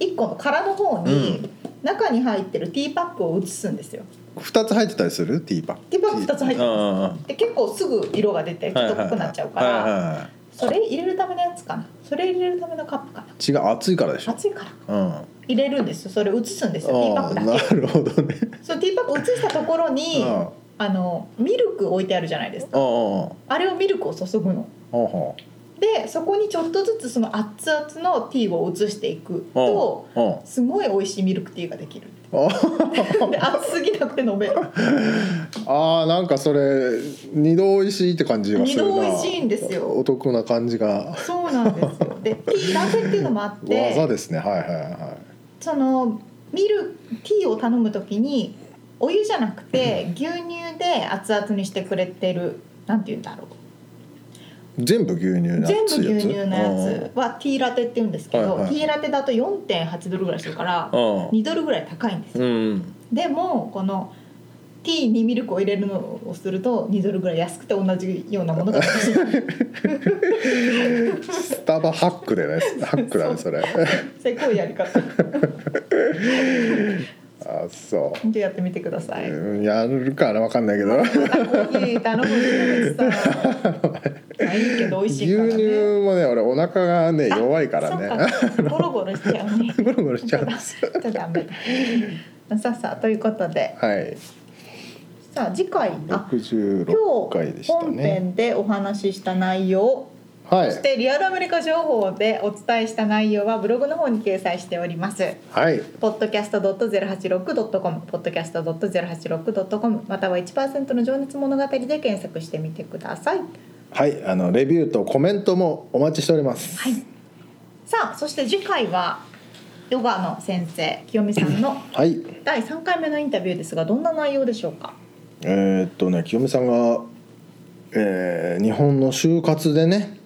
[SPEAKER 1] 1個の殻の方に中に入ってるティーパックを移すんですよ
[SPEAKER 2] 二つ入ってたりするティーパック
[SPEAKER 1] ティーパック2つ入ってます
[SPEAKER 2] あ
[SPEAKER 1] で結構すぐ色が出てち
[SPEAKER 2] あ
[SPEAKER 1] ょっと濃くなっちゃうか
[SPEAKER 2] はい
[SPEAKER 1] ら
[SPEAKER 2] はいは
[SPEAKER 1] それ入れるためのやつかなそれ入れるためのカップかない
[SPEAKER 2] 違う熱いからでしょ
[SPEAKER 1] 熱いから
[SPEAKER 2] うんあ
[SPEAKER 1] 入れるんですよそれ移すんですよティーパ
[SPEAKER 2] あ
[SPEAKER 1] ックだ
[SPEAKER 2] な
[SPEAKER 1] け
[SPEAKER 2] るほどね
[SPEAKER 1] そのティーパック移したところに
[SPEAKER 2] うん
[SPEAKER 1] あのミルク置いてあるじゃないですか
[SPEAKER 2] ああ
[SPEAKER 1] あれをミルクを注ぐの
[SPEAKER 2] は
[SPEAKER 1] でそこにちょっとずつその熱々のティーを移していく
[SPEAKER 2] あ
[SPEAKER 1] と
[SPEAKER 2] はあ
[SPEAKER 1] すごい美味しいミルクティーができる
[SPEAKER 2] あ
[SPEAKER 1] で熱すぎなくて飲める
[SPEAKER 5] あーなんかそれ二度美味しいって感じがするな
[SPEAKER 1] 二度美味しいんですよ
[SPEAKER 5] お得な感じが
[SPEAKER 1] そうなんですよでティーラテっていうのもあって
[SPEAKER 5] 技ですねはいはいは
[SPEAKER 1] そのミルティーを頼むときにお湯じゃなくて牛乳で熱々にしてくれてるなんて言うんだろう
[SPEAKER 2] 全部牛乳の
[SPEAKER 1] 全部
[SPEAKER 2] 熱いや
[SPEAKER 1] 牛
[SPEAKER 2] つ
[SPEAKER 1] 乳のやつはティーラテって言うんですけど、
[SPEAKER 2] はいはい
[SPEAKER 1] ティーラテだと4.8ドルぐらいするから
[SPEAKER 2] あーあー
[SPEAKER 1] 2ドルぐらい高いんですよ
[SPEAKER 2] うん
[SPEAKER 1] でもこのティーにミルクを入れるのをすると2ドルぐらい安くて同じようなものが欲しい
[SPEAKER 2] スタバハックでねハックだねそれ
[SPEAKER 1] せこいやり方
[SPEAKER 2] あそ
[SPEAKER 1] でやってみてくださ
[SPEAKER 2] う
[SPEAKER 1] い。
[SPEAKER 2] うんやるかなわかんないけど
[SPEAKER 1] またコーヒー頼むんだけどさいいけど美味し
[SPEAKER 2] 牛
[SPEAKER 1] い
[SPEAKER 2] 乳
[SPEAKER 1] からね
[SPEAKER 2] もね俺お腹がね 弱いからね
[SPEAKER 1] そうかゴロゴロしちゃうね
[SPEAKER 2] ゴロゴロしちゃうんで
[SPEAKER 1] ちょっとダメださあさあということで
[SPEAKER 2] はい
[SPEAKER 1] さあ次回あ
[SPEAKER 2] 66
[SPEAKER 1] 今
[SPEAKER 2] 回で
[SPEAKER 1] 日
[SPEAKER 2] した
[SPEAKER 1] 本
[SPEAKER 2] ね
[SPEAKER 1] 編でお話しした内容
[SPEAKER 2] は
[SPEAKER 1] そし
[SPEAKER 2] い
[SPEAKER 1] てリアルアメリカ情報でお伝えした内容はブログの方に掲載しております。
[SPEAKER 2] はい
[SPEAKER 1] podcast.086.com podcast.086.com または1%の情熱物語で検索してみてください。
[SPEAKER 2] はいあのレビューとコメントもお待ちしております
[SPEAKER 1] はい。さあそして次回はヨガの先生清美さんの
[SPEAKER 2] はい
[SPEAKER 1] 第3回目のインタビューですがどんな内容でしょうか
[SPEAKER 2] えーっとね清美さんが、えー日本の就活でね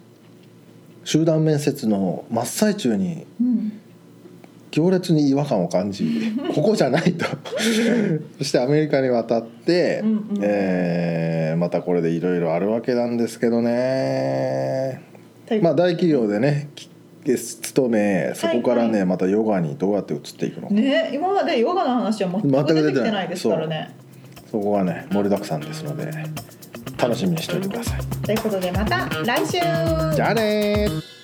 [SPEAKER 2] 集団面接の真っ最中に
[SPEAKER 1] うん
[SPEAKER 2] 強烈に違和感を感じここじゃないとそしてアメリカに渡って、
[SPEAKER 1] うんうん
[SPEAKER 2] えーまたこれでいろいろあるわけなんですけどね
[SPEAKER 1] という
[SPEAKER 2] まあ大企業でねき勤めそこからね、
[SPEAKER 1] はいは
[SPEAKER 2] またヨガにどうやって移っていくのか、
[SPEAKER 1] ね今までヨガの話は全く出てきてないですからね。
[SPEAKER 2] そこがね盛りだくさんですので楽しみにしておいてください。
[SPEAKER 1] ということでまた来週
[SPEAKER 2] じゃあねー